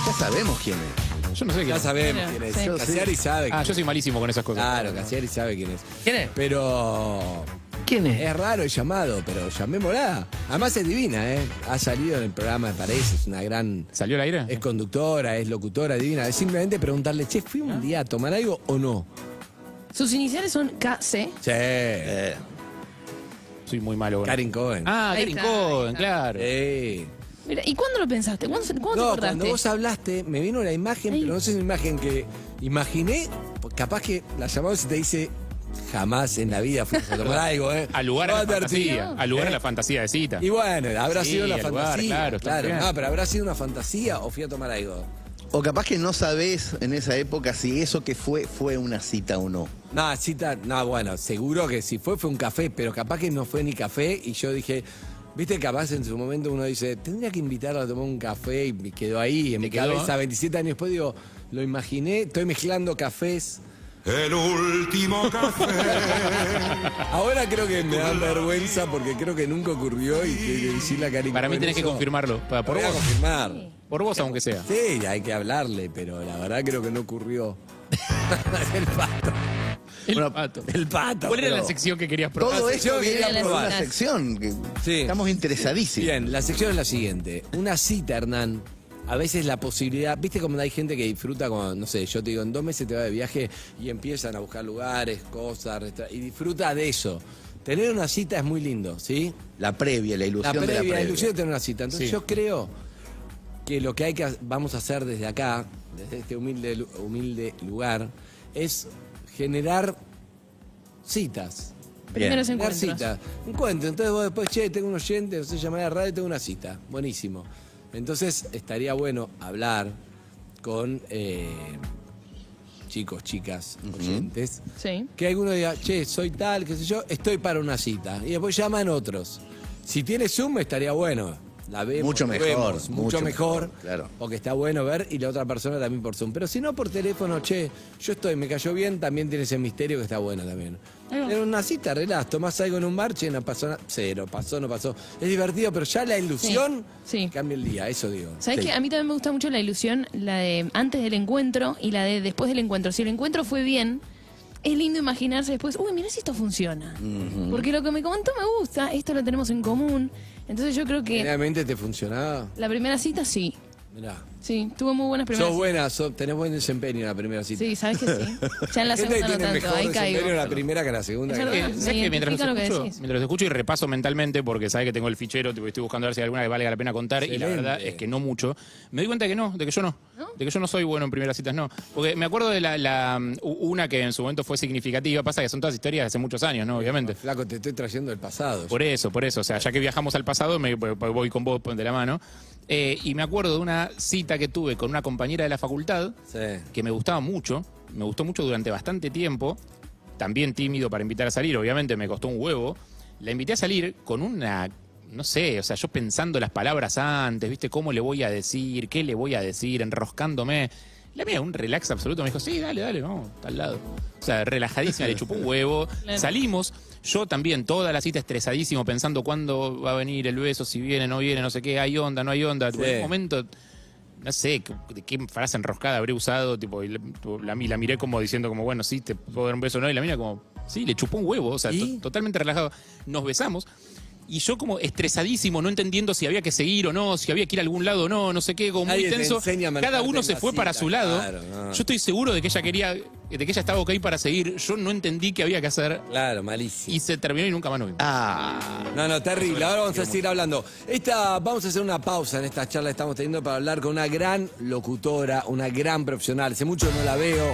K: Ya sabemos quién es.
C: Yo no sé qué.
B: Ya sabemos
D: Mira,
B: quién es.
D: sí. Yo
K: sí.
B: Cassiari sabe.
C: Ah,
B: quién
C: yo soy malísimo con esas
B: es.
C: cosas.
B: Claro, Cassiari sabe quién es.
K: ¿Quién es?
B: Pero.
K: ¿Quién
B: Es raro el llamado, pero llamémosla. Además es divina, ¿eh? Ha salido en el programa de París, es una gran.
C: ¿Salió al aire?
B: Es conductora, es locutora, divina. Es simplemente preguntarle, che, ¿fui un día a tomar algo o no?
D: Sus iniciales son KC.
B: Sí.
C: Eh, Soy muy malo. con-
B: Karen Cohen.
C: Ah,
D: Ahí
C: Karen
D: está,
C: Cohen,
D: ahí está.
C: claro.
B: Eh, Sí.
D: Mira, ¿y cuándo lo pensaste? ¿Cuándo, cuándo te
B: No,
D: acordaste?
B: cuando vos hablaste, me vino la imagen,
D: Ay.
B: pero no sé si es una imagen que imaginé, pues capaz que la llamamos y te dice, jamás en la vida fuimos a
C: (laughs)
B: tomar algo, ¿eh?
C: Al lugar de
B: No
C: la
B: advertí. Eh,
C: fantasía. Al lugar de la fantasía de cita.
B: Y bueno, habrá
C: Sí,
B: sido una
C: al lugar,
B: fantasía.
C: claro, está
B: claro,
C: bien.
B: Ah, pero habrá sido una fantasía o fui a tomar algo.
K: O capaz que no sabés en esa época si eso que fue fue una cita o no.
B: No, cita, no, bueno, seguro que si fue, fue un café, pero capaz que no fue ni café y yo dije, viste, capaz en su momento uno dice, tendría que invitarla a tomar un café y me quedó ahí en mi
C: quedó?
B: cabeza 27 años después, digo, lo imaginé, estoy mezclando cafés.
L: El último
K: (laughs)
L: café.
B: Ahora creo que me da vergüenza porque creo que nunca ocurrió y que que decir la caricatura.
C: Para mí tenés que confirmarlo. pa- Por
B: Voy a
C: vos,
B: confirmar.
C: por vos aunque
B: (laughs)
C: sea.
B: Sí, hay que hablarle, pero la verdad creo que no ocurrió. el pato.
C: El
K: Bueno,
C: pato.
B: El pato.
C: ¿Cuál Ah, era
B: pero-
C: la sección que querías probar?
K: Todo
B: la
K: esto
B: sección que
K: viene
D: quería
K: a probar la
D: probar.
K: sección. que
B: Sí.
K: Estamos interesadísimos.
B: Bien, la sección es la siguiente. Una cita, Hernán. A veces la posibilidad, viste como hay gente que disfruta cuando, no sé, yo te digo, en dos meses te vas de viaje y empiezan a buscar lugares, cosas, resta- y disfruta de eso. Tener una cita es muy lindo, ¿sí?
K: La previa, la
B: La
K: ilusión
B: previa,
K: de la
B: la
K: previa.
B: ilusión de tener una cita. Entonces
C: Sí.
B: yo creo que lo que hay que ha- vamos a hacer desde acá, desde este humilde, lu- humilde lugar, es generar citas.
D: Primeros
B: Generar
D: encuentros.
B: citas. Encuentro. Entonces vos después, che, tengo un oyente, no sé, llamar a la radio, tengo una cita. Buenísimo. Entonces estaría bueno hablar con eh, chicos, chicas, oyentes.
D: Sí.
B: Que alguno diga, che, soy tal, qué sé yo, estoy para una cita. Y después llaman otros. Si tiene Zoom, estaría bueno. La vemos,
K: Mucho
B: lo
K: mejor,
B: vemos, mucho,
K: mucho
B: mejor.
K: mejor, claro.
B: Porque está bueno ver y la otra persona también por Zoom. Pero si no por teléfono, che, yo estoy, me cayó bien, también tiene ese misterio que está bueno también. En una cita, relás, tomás algo en un bar, che, no pasó nada. Cero, pasó, no pasó. Es divertido, pero ya la ilusión
D: Sí, sí.
B: cambia el día, eso digo.
D: ¿Sabes
B: Sí.
D: que A mí también me gusta mucho la ilusión, la de antes del encuentro y la de después del encuentro. Si el encuentro fue bien, es lindo imaginarse después, uy, mira si esto funciona. Porque lo que me comentó me gusta, esto lo tenemos en común. Entonces yo creo que
B: ¿Realmente te funcionaba?
D: la primera cita sí.
B: Mirá.
D: Sí, tuve muy buenas primeras
B: Sos buena, sos- tenés buen desempeño en la primera cita.
D: Sí, sabes
B: (laughs)
D: que sí. Ya en la
B: Gente que tiene
D: segunda no tanto,
B: mejor
D: ahí
B: desempeño
D: caigo.
B: en la primera que en la segunda.
D: Es
B: que-
D: verdad.
C: ¿Sabes
D: me
C: que mientras los,
D: identifica lo que
C: escucho,
D: decís.
C: mientras los escucho y repaso mentalmente, porque sabes que tengo el fichero, tipo, estoy buscando a ver si hay alguna que valga la pena contar, y la
B: Excelente.
C: verdad es que no mucho, me doy cuenta que no, de que yo no, de que yo no soy bueno en primeras citas, no. Porque me acuerdo de la, la, um, u- una que en su momento fue significativa, pasa que son todas historias de hace muchos años, ¿no? Obviamente.
B: Flaco, te estoy trayendo del pasado.
C: Por e- eso, por eso. O sea, ya que viajamos al pasado, me voy con vos de la mano. Eh, y me acuerdo de una cita cita que tuve con una compañera de la facultad que me gustaba mucho, me gustó mucho durante bastante tiempo, también tímido para invitar a salir, obviamente me costó un huevo, la invité a salir con una, no sé, o sea, yo pensando las palabras antes, viste, cómo le voy a decir, qué le voy a decir, enroscándome. La mía, un relax absoluto, me dijo, sí, dale, dale, vamos, está al lado. O sea, relajadísima, le chupó un huevo.
B: Claro.
C: Salimos, yo también, toda la cita estresadísimo, pensando cuándo va a venir el beso, si viene, no viene, no sé qué, hay onda, no hay onda.
B: Sí.
C: En un momento, no sé, de qué frase enroscada habré usado, tipo, y la, la- y la miré como diciendo, como, bueno, sí, te puedo dar un beso, no, y la mira como, sí, le chupó un huevo, o sea, to- totalmente relajado. Nos besamos. Y yo como estresadísimo, no entendiendo si había que seguir o no, si había que ir a algún lado o no, no sé qué, como muy
B: Nadie te
C: tenso.
B: enseña a
C: Cada
B: manejarte
C: uno
B: en
C: se
B: la
C: fue para
B: cita,
C: su lado.
B: claro, no.
C: Yo estoy seguro de que ella quería, de que ella estaba ok para seguir. Yo no entendí qué había que hacer.
B: Claro, malísimo.
C: Y se terminó y nunca más nos vimos.
B: Ah. No, no, terrible. Ahora vamos a seguir hablando. Esta, vamos a hacer una pausa en esta charla que estamos teniendo para hablar con una gran locutora, una gran profesional. Hace mucho no la veo.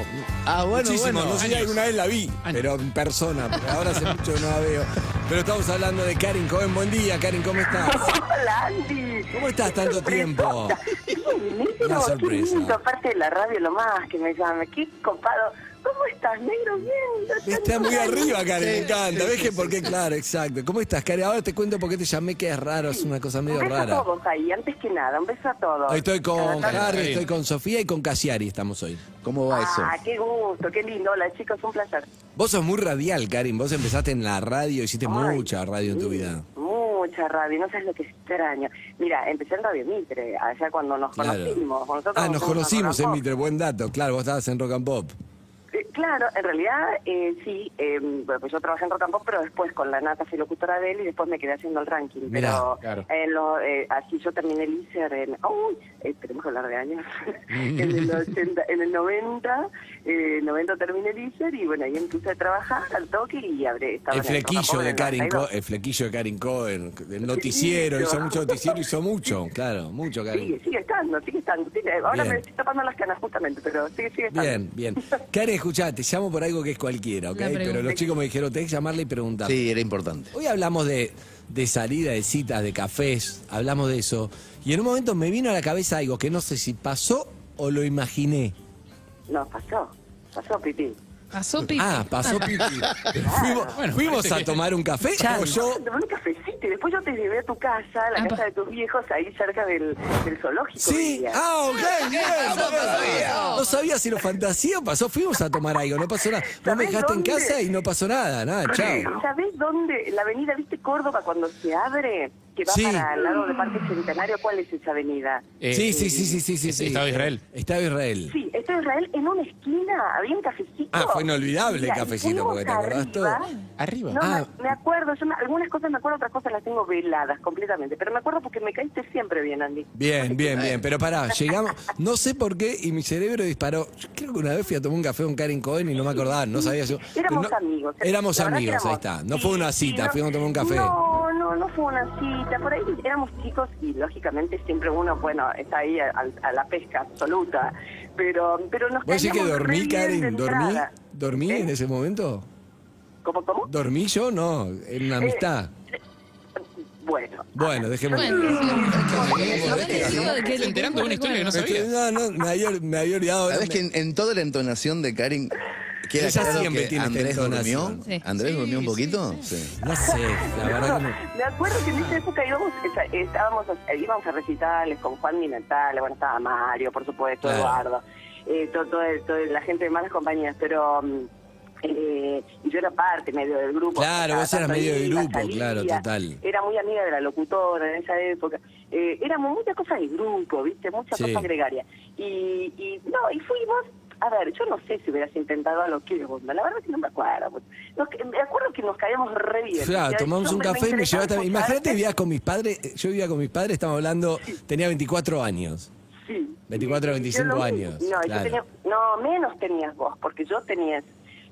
K: Ah, bueno,
B: Muchísimo.
K: bueno.
B: No sé si
K: Años.
B: alguna vez la vi, pero en persona. Pero ahora hace mucho no la veo. Pero estamos hablando de Karin Cohen. Buen día, Karin, ¿cómo estás?
J: Hola, Andy.
B: ¿Cómo estás tanto
J: (laughs)
B: tiempo?
J: Qué buenísimo,
B: Una sorpresa.
J: Qué lindo, aparte de la radio, lo más que me llame. Qué copado. ¿Cómo estás, negro? Bien.
B: Está muy arriba, Karen, me
J: Sí,
B: encanta.
J: sí,
B: ¿Ves
J: sí,
B: que
J: sí.
B: por qué? Claro, exacto. ¿Cómo estás, Karen? Ahora te cuento por qué te llamé, que es raro, es una cosa medio
J: Un beso
B: rara.
J: a todos ahí, antes que nada, un beso a todos.
B: Hoy estoy con
J: Cada tanto-
B: Harry, estoy con Sofía y con Casiari estamos hoy. ¿Cómo
J: Ah, qué gusto, qué lindo. Hola, chicos, un placer.
B: Vos sos muy radial, Karin. Vos empezaste en la radio, hiciste mucha radio en tu vida.
J: Mucha radio, no sabes lo que extraño. Mira, empecé en Radio Mitre, allá cuando nos
B: Claro.
J: conocimos. Nosotros
B: Ah, nos
J: somos una
B: conocimos en
J: rock.
B: Mitre, buen dato. Claro, vos estabas en Rock and Pop.
J: Eh, Claro, en realidad eh, sí, eh, bueno, pues yo trabajé en Rock and Pop, pero después con la nata fui locutora de él y después me quedé haciendo el ranking.
B: Mirá,
J: pero
B: claro.
J: eh, lo- eh, así yo terminé el ICER en... ¡Uy! Eh, tenemos que hablar de años. (laughs) en, el 80, en el 90, eh, 90 terminé el ICER y bueno, ahí empecé a trabajar al toque y habré
B: El
J: estado en Rock and
B: flequillo
J: Pop en
B: de
J: el
B: Karin eh,
J: 92.
B: Cohen, el flequillo de Karin Cohen, el noticiero, hizo mucho noticiero, hizo mucho, claro, mucho
J: Sigue,
B: Karin.
J: sigue estando, sigue estando. Sigue- ahora
B: Bien.
J: me estoy tapando las canas justamente, pero sigue, sigue estando.
B: Bien, bien. Karen, escuchá, te llamo por algo que es cualquiera, ¿ok?
J: La pregunta.
B: Pero los chicos me dijeron, tenés que llamarle y preguntar.
K: Sí, era importante.
B: Hoy hablamos de, de salida, de citas, de cafés, hablamos de eso. Y en un momento me vino a la cabeza algo que no sé si pasó o lo imaginé.
J: No, pasó. Pasó, Pipi.
D: Pasó Pipi.
B: Ah, pasó
J: (laughs)
B: Pipi. Fuimos,
J: Bueno,
B: fuimos
J: parece
B: a
J: que-
B: tomar un café o yo...
J: (laughs) Tomé un cafecito y después yo te llevé a tu casa, a la casa de tus viejos, ahí cerca del, del zoológico.
B: Sí,
J: vivía.
B: ah, ok, bien.
J: Pasó,
B: no
J: pasó,
B: sabía.
J: pasó.
B: No sabía si lo fantasía o pasó. Fuimos a tomar algo, no pasó nada. Vos me
J: ¿Sabés
B: dejaste en
J: dónde?
B: casa y no pasó nada, nada, chao.
J: ¿Sabés dónde? La avenida, ¿viste Córdoba cuando se abre? Que va
B: Sí.
J: para el lado de Parque Centenario. ¿Cuál es esa avenida?
B: sí, sí, sí, sí, sí, sí, sí.
C: Estado de Eh, Israel.
B: Estado de Israel.
J: Sí, esto es Israel en una esquina. Había un cafecito.
B: Ah, fue inolvidable el
J: Mira,
B: cafecito,
J: fuimos
B: porque te acordás todo.
J: arriba.
B: Arriba.
J: No,
B: Ah.
J: me me acuerdo, yo me- algunas cosas me acuerdo, otras cosas las tengo veladas completamente. Pero me acuerdo porque me caíste siempre bien, Andy.
B: Bien, bien, bien. Pero pará, llegamos. No sé por qué y mi cerebro disparó. Yo creo que una vez fui a tomar un café con Karen Cohen y no me acordaba, no sabía yo. Pero
J: Éramos
B: no-
J: amigos. ¿eh?
B: Éramos
J: La verdad que
B: amigos, ahí
J: éramos.
B: está. No fue una
J: Sí,
B: cita,
J: no-
B: fuimos a tomar un café.
J: No, no, no fue una cita. Por ahí éramos chicos y lógicamente siempre uno, bueno, está ahí a, a- a la pesca absoluta. Pero, pero nos
B: ¿Vos decís que
J: caíamos re
B: dormí,
J: bien ¿Eh? de
B: Karen? ¿Dormí?
J: entrada.
B: ¿Dormí en ese momento?
J: ¿Cómo, cómo?
B: ¿Dormí yo? No, en una
J: Eh,
B: amistad.
J: Bueno.
B: Bueno, dejemos.
D: estoy enterando de una historia que no
K: sabía.
B: No, no, me había, me había olvidado.
K: Sabes que en, en toda la entonación de Karin queda
B: Ella
K: claro
B: siempre
K: que
B: tiene esta
K: Andrés durmió.
B: entonación. Sí.
K: Andrés durmió un poquito. Sí.
B: No sé, la verdad que no.
J: (laughs) Me acuerdo que en esa época íbamos, esa- estábamos, a- íbamos a recitales con Juan Minatale, bueno, estaba Mario, por supuesto,
B: Claro.
J: Eduardo, eh, todo, todo, el- todo el- la gente de malas compañías, pero... mm, eh, y yo era parte medio del grupo.
B: Claro,
J: Cada
B: vos eras
J: tanto
B: medio de
J: iba,
B: grupo,
J: salía.
B: claro, total.
J: Era muy amiga de la locutora en esa época. Eh, éramos muchas cosas de grupo, ¿viste? Muchas
B: Sí.
J: cosas gregarias. Y, y no, y fuimos. A ver, yo no sé si hubieras intentado a lo que onda. La verdad es que no me acuerdo. Nos ca- me acuerdo que nos caíamos re bien. O
B: Claro,
J: sea,
B: tomamos
J: yo
B: un
J: me-
B: café y me
J: interesaba
B: llevaste.
J: escuchar-
B: Imagínate, vivías con mis padres. eh, Yo vivía con mis padres, estamos hablando, tenía 24 años.
J: Sí.
B: 24 o
J: Yo
B: 25
J: lo-
B: años.
J: No, yo
B: claro. Ah,
J: tenía- no, menos tenías vos, porque yo tenías.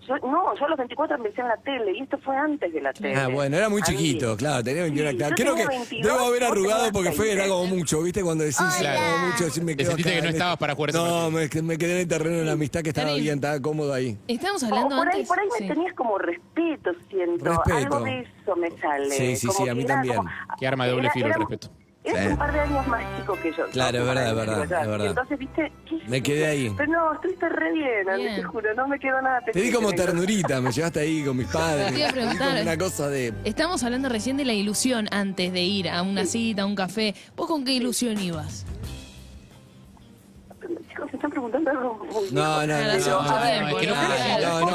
J: Yo, no, yo a los 24 empecé en la tele y esto fue antes de la tele.
B: Ah, bueno, era muy
J: A mí.
B: chiquito, claro, tenía 21
J: Sí,
B: claro.
J: yo
B: Creo que
J: tenía 22,
B: debo haber
J: vos
B: arrugado
J: tenías
B: porque fue, era
J: 20.
B: como mucho, ¿viste? Cuando decís,
C: Hola.
B: era como mucho, decís, me
C: Te
B: quedo
C: sentiste
B: acá
C: que no
B: en
C: estabas
B: este-
C: para jugar esa
B: No, me, me quedé en el terreno de la amistad que estaba
D: Karim.
B: bien, estaba cómodo ahí.
D: Estábamos
J: Oh,
D: hablando
J: por ahí,
D: antes.
J: por ahí
D: sí.
J: me tenías como respeto, siento.
B: Respeto.
J: Algo de eso me sale.
B: Sí, sí,
J: como
B: sí, a
J: que
B: mí
J: era
B: también.
J: como- eh,
C: Qué arma de doble
J: Era-
C: filo el
J: era-
C: respeto.
J: Eres
B: Eh.
J: un par de años más chico que yo.
B: Claro, es
J: Como
B: verdad, es
J: para
B: verdad,
J: decirlo,
B: es verdad.
J: Entonces, viste, ¿qué
B: Me quedé ahí.
J: Pero no, estuviste re bien, Andy,
D: Bien.
J: te juro, no me quedó nada
B: Te di como
J: pendiente.
B: ternurita, me llevaste ahí con mis padres.
D: Te iba a
B: como
D: preguntar.
B: Una cosa de.
D: Estamos hablando recién de la ilusión antes de ir a una cita, a un café. ¿Vos con qué ilusión ibas?
J: Chicos, se están preguntando algo. muy
B: No, no,
J: bien.
B: no, no,
J: Pero,
B: no,
J: a ver,
B: no,
J: ¿por
B: que no
J: qué
B: fue- no, no,
J: me preguntas?
B: no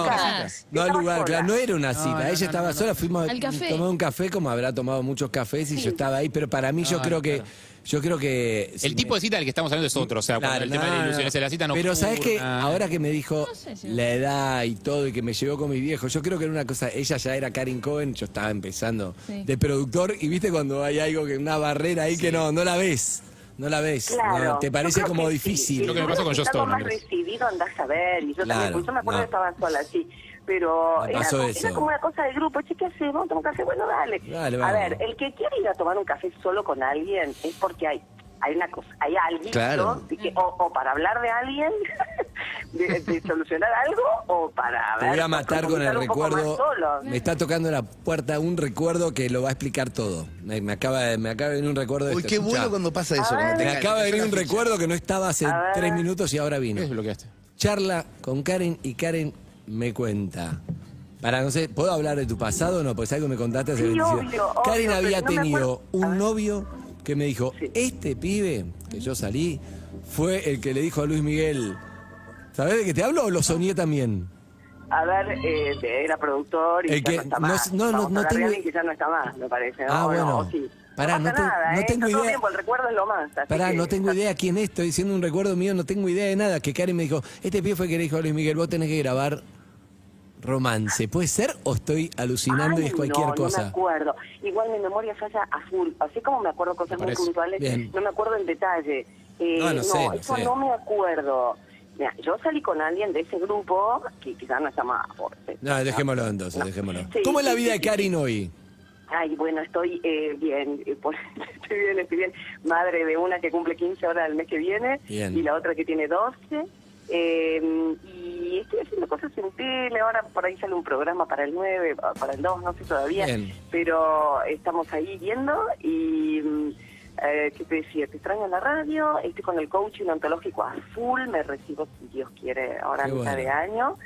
B: al
J: Estabas
B: lugar,
J: sola.
B: claro, no era una cita, ella estaba sola, fuimos a
D: Al café.
B: tomar un café como habrá tomado muchos cafés y yo estaba ahí, pero para mí yo creo que yo creo que si
C: El tipo de cita del que estamos hablando es otro, o sea, cuando
B: Claro,
C: el tema de
B: no,
C: la ilusión es de la cita no
B: Pero sabes que ahora que me dijo la edad y todo y que me llevó con mi viejo, yo creo que era una cosa, ella ya era Karen Cohen, yo estaba empezando
J: Sí.
B: de productor y viste cuando hay algo que una barrera ahí que no no la ves, no la ves,
J: Claro.
B: no, te
J: Yo
B: parece
J: creo
B: como
J: que sí.
B: difícil.
J: Y seguro que estaba más recibido andás a ver. Y yo
B: Claro,
J: también, pues yo me acuerdo
B: no.
J: que estaba sola, sí. Pero
B: Me
J: era,
B: pasó
J: era
B: eso.
J: como una cosa de grupo. Che, ¿qué hacemos? ¿Vamos a tomar un café? Bueno, dale.
B: Dale,
J: a
B: vamos.
J: ver, el que quiere ir a tomar un café solo con alguien es porque hay hay una cosa, hay alguien
B: Claro.
J: ¿no? De que- o, o para hablar de alguien, (laughs) de, de solucionar algo, o para...
B: Te
J: ver,
B: voy a matar con el
J: profundizar un poco más
B: recuerdo.
J: solos.
B: Me está tocando la puerta un recuerdo que lo va a explicar todo. Me, me acaba de, me acaba de venir un recuerdo de
K: Uy,
B: esto,
K: qué
B: escuchá.
K: bueno cuando pasa eso.
B: Me
K: cuando te cae,
B: acaba
K: te
B: de venir
K: cae
B: un
K: la ficha.
B: recuerdo que no estaba hace
K: A ver.
B: tres minutos y ahora vino. Charla con Karen y Karen me cuenta. Para no sé, ¿puedo hablar de tu pasado o no? Pues algo me contaste hace
J: Sí,
B: 25.
J: obvio, obvio,
B: Karen había
J: pero no me
B: tenido un novio que me dijo, este pibe que yo salí fue el que le dijo a Luis Miguel, ¿sabés de qué te hablo o lo soñé también?
J: A ver, eh, era productor y
B: El Eh,
J: ya
B: que-
J: no está
B: no
J: más.
B: sé- no, no-
J: Vamos
B: no
J: a hablar de
B: tengo-
J: alguien que ya no está más, me parece. ¿no?
B: Ah,
J: O no,
B: bueno.
J: o sí.
B: Pará,
J: no,
B: no
J: pasa
B: te-
J: nada,
B: no
J: ¿eh?
B: tengo
J: Está todo
B: idea.
J: bien, porque el recuerdo es lo más. así
B: Pará,
J: que-
B: no tengo idea quién es, estoy diciendo un recuerdo mío, no tengo idea de nada. Que Karen me dijo, este pibe fue el que le dijo a Luis Miguel, vos tenés que grabar romance. ¿Puede ser o estoy alucinando y
J: Ay,
B: es cualquier
J: no, No me
B: cosa?
J: acuerdo. Igual mi memoria falla a full. Así como me acuerdo cosas
B: Me
J: muy
B: parece.
J: puntuales,
B: Bien.
J: no me acuerdo en detalle. Eh,
B: No, no sé, no
J: eso
B: sé.
J: no me acuerdo. Mira, yo salí con alguien de ese grupo que quizás no está más. por-
B: No, dejémoslo entonces, dejémoslo.
J: Sí,
B: ¿Cómo es la
J: sí,
B: vida
J: sí,
B: de Karin hoy?
J: Ay, bueno, estoy eh, bien, eh, por- (laughs) estoy bien, estoy bien. Madre de una que cumple 15 horas el mes que viene
B: Bien.
J: y la otra que tiene 12. Eh, y estoy haciendo cosas en tele, ahora por ahí sale un programa para el 9, pa- para el 2, no sé todavía.
B: Bien.
J: Pero estamos ahí viendo y... mm, eh, ¿Qué te decía? Te extraño en la radio, estoy con el coaching ontológico a full, me recibo, si Dios quiere, ahora a
B: Qué
J: mitad
B: bueno.
J: de año.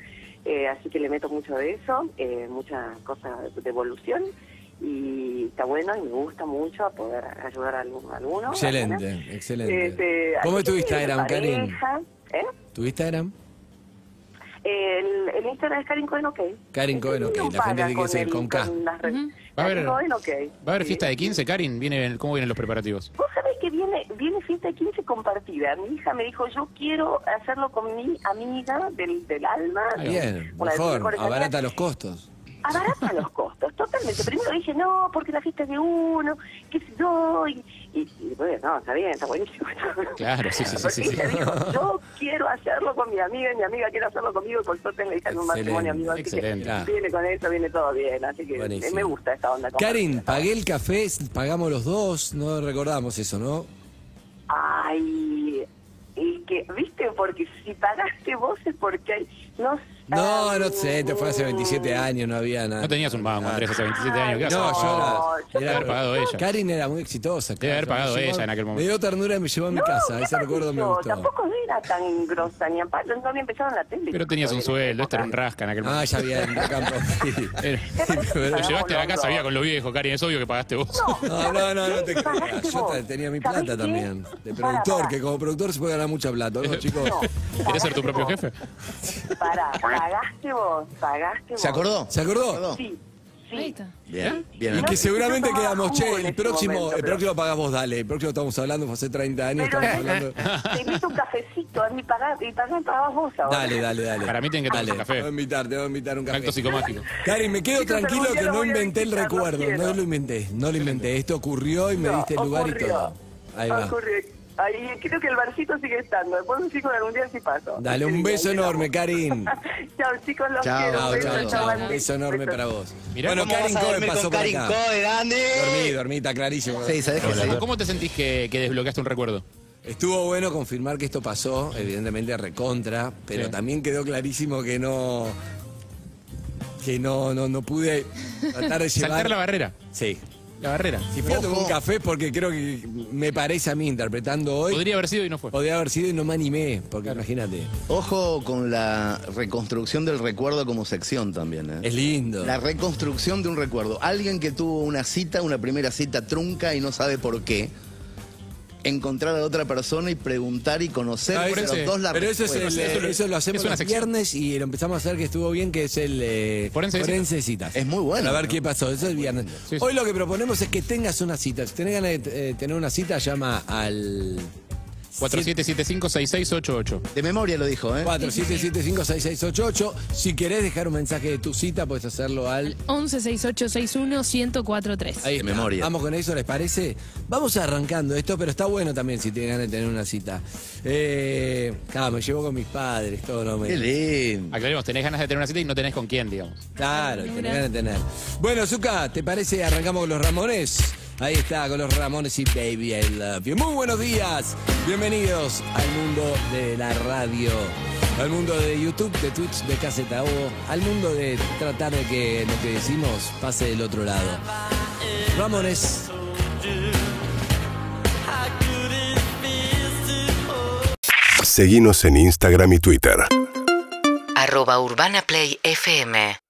J: Eh, así que le meto mucho de eso, eh, muchas cosas de evolución. Y está bueno y me gusta mucho poder ayudar a algún, a alguno. a alguna.
B: Excelente, excelente.
J: Este,
B: ¿Cómo es
J: así
B: tu
J: que
B: Instagram, Karin?
J: pareja, ¿eh?
B: ¿Tu Instagram?
J: El, el Instagram es Karin Cohen, ok.
B: Karin Cohen, ok, la gente tiene que ser con K.
J: Las redes.
C: Va a haber-
J: Karin Cohen, ok.
C: ¿Va a haber
J: Sí.
C: fiesta de 15, Karin? Viene, ¿Cómo vienen los preparativos?
J: Vos sabés que viene, viene fiesta de 15 compartida. Mi hija me dijo, yo quiero hacerlo con mi amiga del, del alma.
B: Bien,
J: Una de mis
B: mejor,
J: mejores amigas.
B: abarata los costos.
J: abarata los costos, totalmente. Primero dije, no, porque la fiesta es de uno, qué sé yo, y, y, y bueno, no, está bien, está buenísimo.
C: Claro, sí, sí, sí, sí, sí.
J: Porque ella dijo, yo quiero hacerlo con mi amiga, y mi amiga quiere hacerlo conmigo, y por suerte me en un matrimonio amigo. Así
B: Excelente.
J: que viene con eso, viene todo bien, así que
B: Buenísimo.
J: me gusta esta onda. con-
B: Karin, pagué el café, pagamos los dos, no recordamos eso, ¿no?
J: Ay, es que, viste, porque si pagaste vos es porque hay, no sé,
B: No, no sé, te fue hace 27 años, no había nada.
C: No tenías un mango, Andrés, hace 27 años. ¿Qué
B: Ah, No,
C: haces? Ah,
B: yo era,
C: Debe haber pagado ella.
B: Karin era muy exitosa.
C: Debe haber pagado ella en aquel momento.
B: Me dio ternura y me llevó a mi
J: No,
B: casa,
J: ¿qué
B: ese
J: pasó?
B: recuerdo me gustó.
J: Tampoco era tan grosa ni a palo, no había empezado en la tele.
C: Pero tenías un sueldo, este
B: (laughs)
C: era
J: (laughs)
C: un rasca en aquel momento.
B: Ah, ya había en
C: (laughs)
B: campo.
C: Era- Lo llevaste a la casa, había con los viejos, Karin, es obvio que pagaste vos.
B: No, no, no, no te
J: ¿Qué
B: creas.
J: pagaste
B: Yo
J: vos?
B: ta- tenía mi
J: ¿Sabés
B: plata
J: qué?
B: también. De
J: Pará,
B: productor,
J: pará.
B: que como productor se puede ganar mucha plata,
C: Eh,
B: ¿no, chicos? (laughs)
C: ¿Querés ser tu propio jefe?
J: Pará, pagaste vos, pagaste vos.
B: ¿Se acordó? ¿Se acordó?
J: Sí, sí.
K: Bien,
B: Y
K: bien.
B: que seguramente quedamos, che, el próximo,
J: este momento,
B: el
J: (laughs) pero-
B: próximo pagás vos, dale. El próximo estamos hablando, fue hace 30 años,
J: Pero
B: estamos
J: (laughs)
B: hablando.
J: te invito un cafecito, a mí pagá, y pagá, pagás vos ahora.
B: Dale, dale, dale.
C: Para mí tienen que tomar
B: Dale,
C: un café.
B: Te voy a invitar, te voy a invitar un café.
C: Acto psicomágico.
B: Karin, me quedo
J: Chicos,
B: tranquilo
J: algún día
B: que
J: lo
B: no
J: voy a
B: inventé el
J: visitar, lo
B: recuerdo. No
J: quiero.
B: lo inventé, no lo inventé. Esto ocurrió y me
J: No,
B: diste el lugar y
J: ocurrió.
B: todo. Ahí va.
J: Ocurre. Ah, Ahí creo que el barcito sigue estando. Después un chico de algún día sí paso.
B: Dale un beso enorme, Karin.
J: (laughs) Chao, chicos, los quiero.
B: Chao,
J: Besos,
B: chao,
J: chao,
B: chao. Un
J: Andy.
B: beso enorme para vos.
C: Mirá
B: bueno,
C: cómo
B: Karin
C: vas a
B: Cohen
C: dormir
B: pasó
C: con
B: por
C: Karin
B: acá.
C: Cohen,
B: Andy. Dormí, dormí, está clarísimo.
K: Sí, ¿sabés que sí?
C: ¿Cómo te sentís que, que desbloqueaste un recuerdo?
B: Estuvo bueno confirmar que esto pasó, evidentemente recontra, pero
C: Sí.
B: también quedó clarísimo que no que no no no pude tratar de llevar
C: (laughs) Saltar la barrera.
B: Sí.
C: la barrera.
B: Si fui a tomar un café porque creo que me parece a mí interpretando hoy.
C: Podría haber sido y no fue.
B: Podría haber sido y no me animé, porque imagínate.
K: Ojo con la reconstrucción del recuerdo como sección también. ¿eh?
B: Es lindo.
K: La (laughs) reconstrucción de un recuerdo. Alguien que tuvo una cita, una primera cita trunca y no sabe por qué. Encontrar a otra persona y preguntar y conocer
B: Ah,
K: entre
B: ese-
K: los dos la
B: pero eso, es el,
K: respuesta.
B: eh, eso, lo hacemos
K: es una
B: los
K: sección.
B: viernes y lo empezamos a hacer que estuvo bien, que es el eh,
K: Forense de
B: citas.
K: Es muy bueno,
B: A ver
K: ¿no?
B: qué pasó, eso es viernes. Hoy lo que proponemos es que tengas una cita. Si tenés ganas de eh, tener una cita, llama al
C: 4775-6688.
K: De memoria lo dijo, ¿eh?
B: 47756688. Si querés dejar un mensaje de tu cita, puedes hacerlo al
D: 116861-1043.
B: Ahí está.
K: memoria.
B: Vamos con eso, ¿les parece? Vamos arrancando esto, pero está bueno también si tienen ganas de tener una cita. Eh, claro, me llevo con mis padres, todo lo me.
K: Qué lindo.
C: Aclaremos, tenés ganas de tener una cita y no tenés con quién, digamos.
B: Claro, tenés ganas de tener. Bueno, Zuka, ¿te parece? Arrancamos con los Ramones. Ahí está, con los Ramones y Baby I Love You. Muy buenos días. Bienvenidos al mundo de la radio. Al mundo de YouTube, de Twitch, de Caseta O. Al mundo de tratar de que lo que decimos pase del otro lado. Ramones.
M: Seguimos en Instagram y Twitter.
N: Arroba Urbana Play FM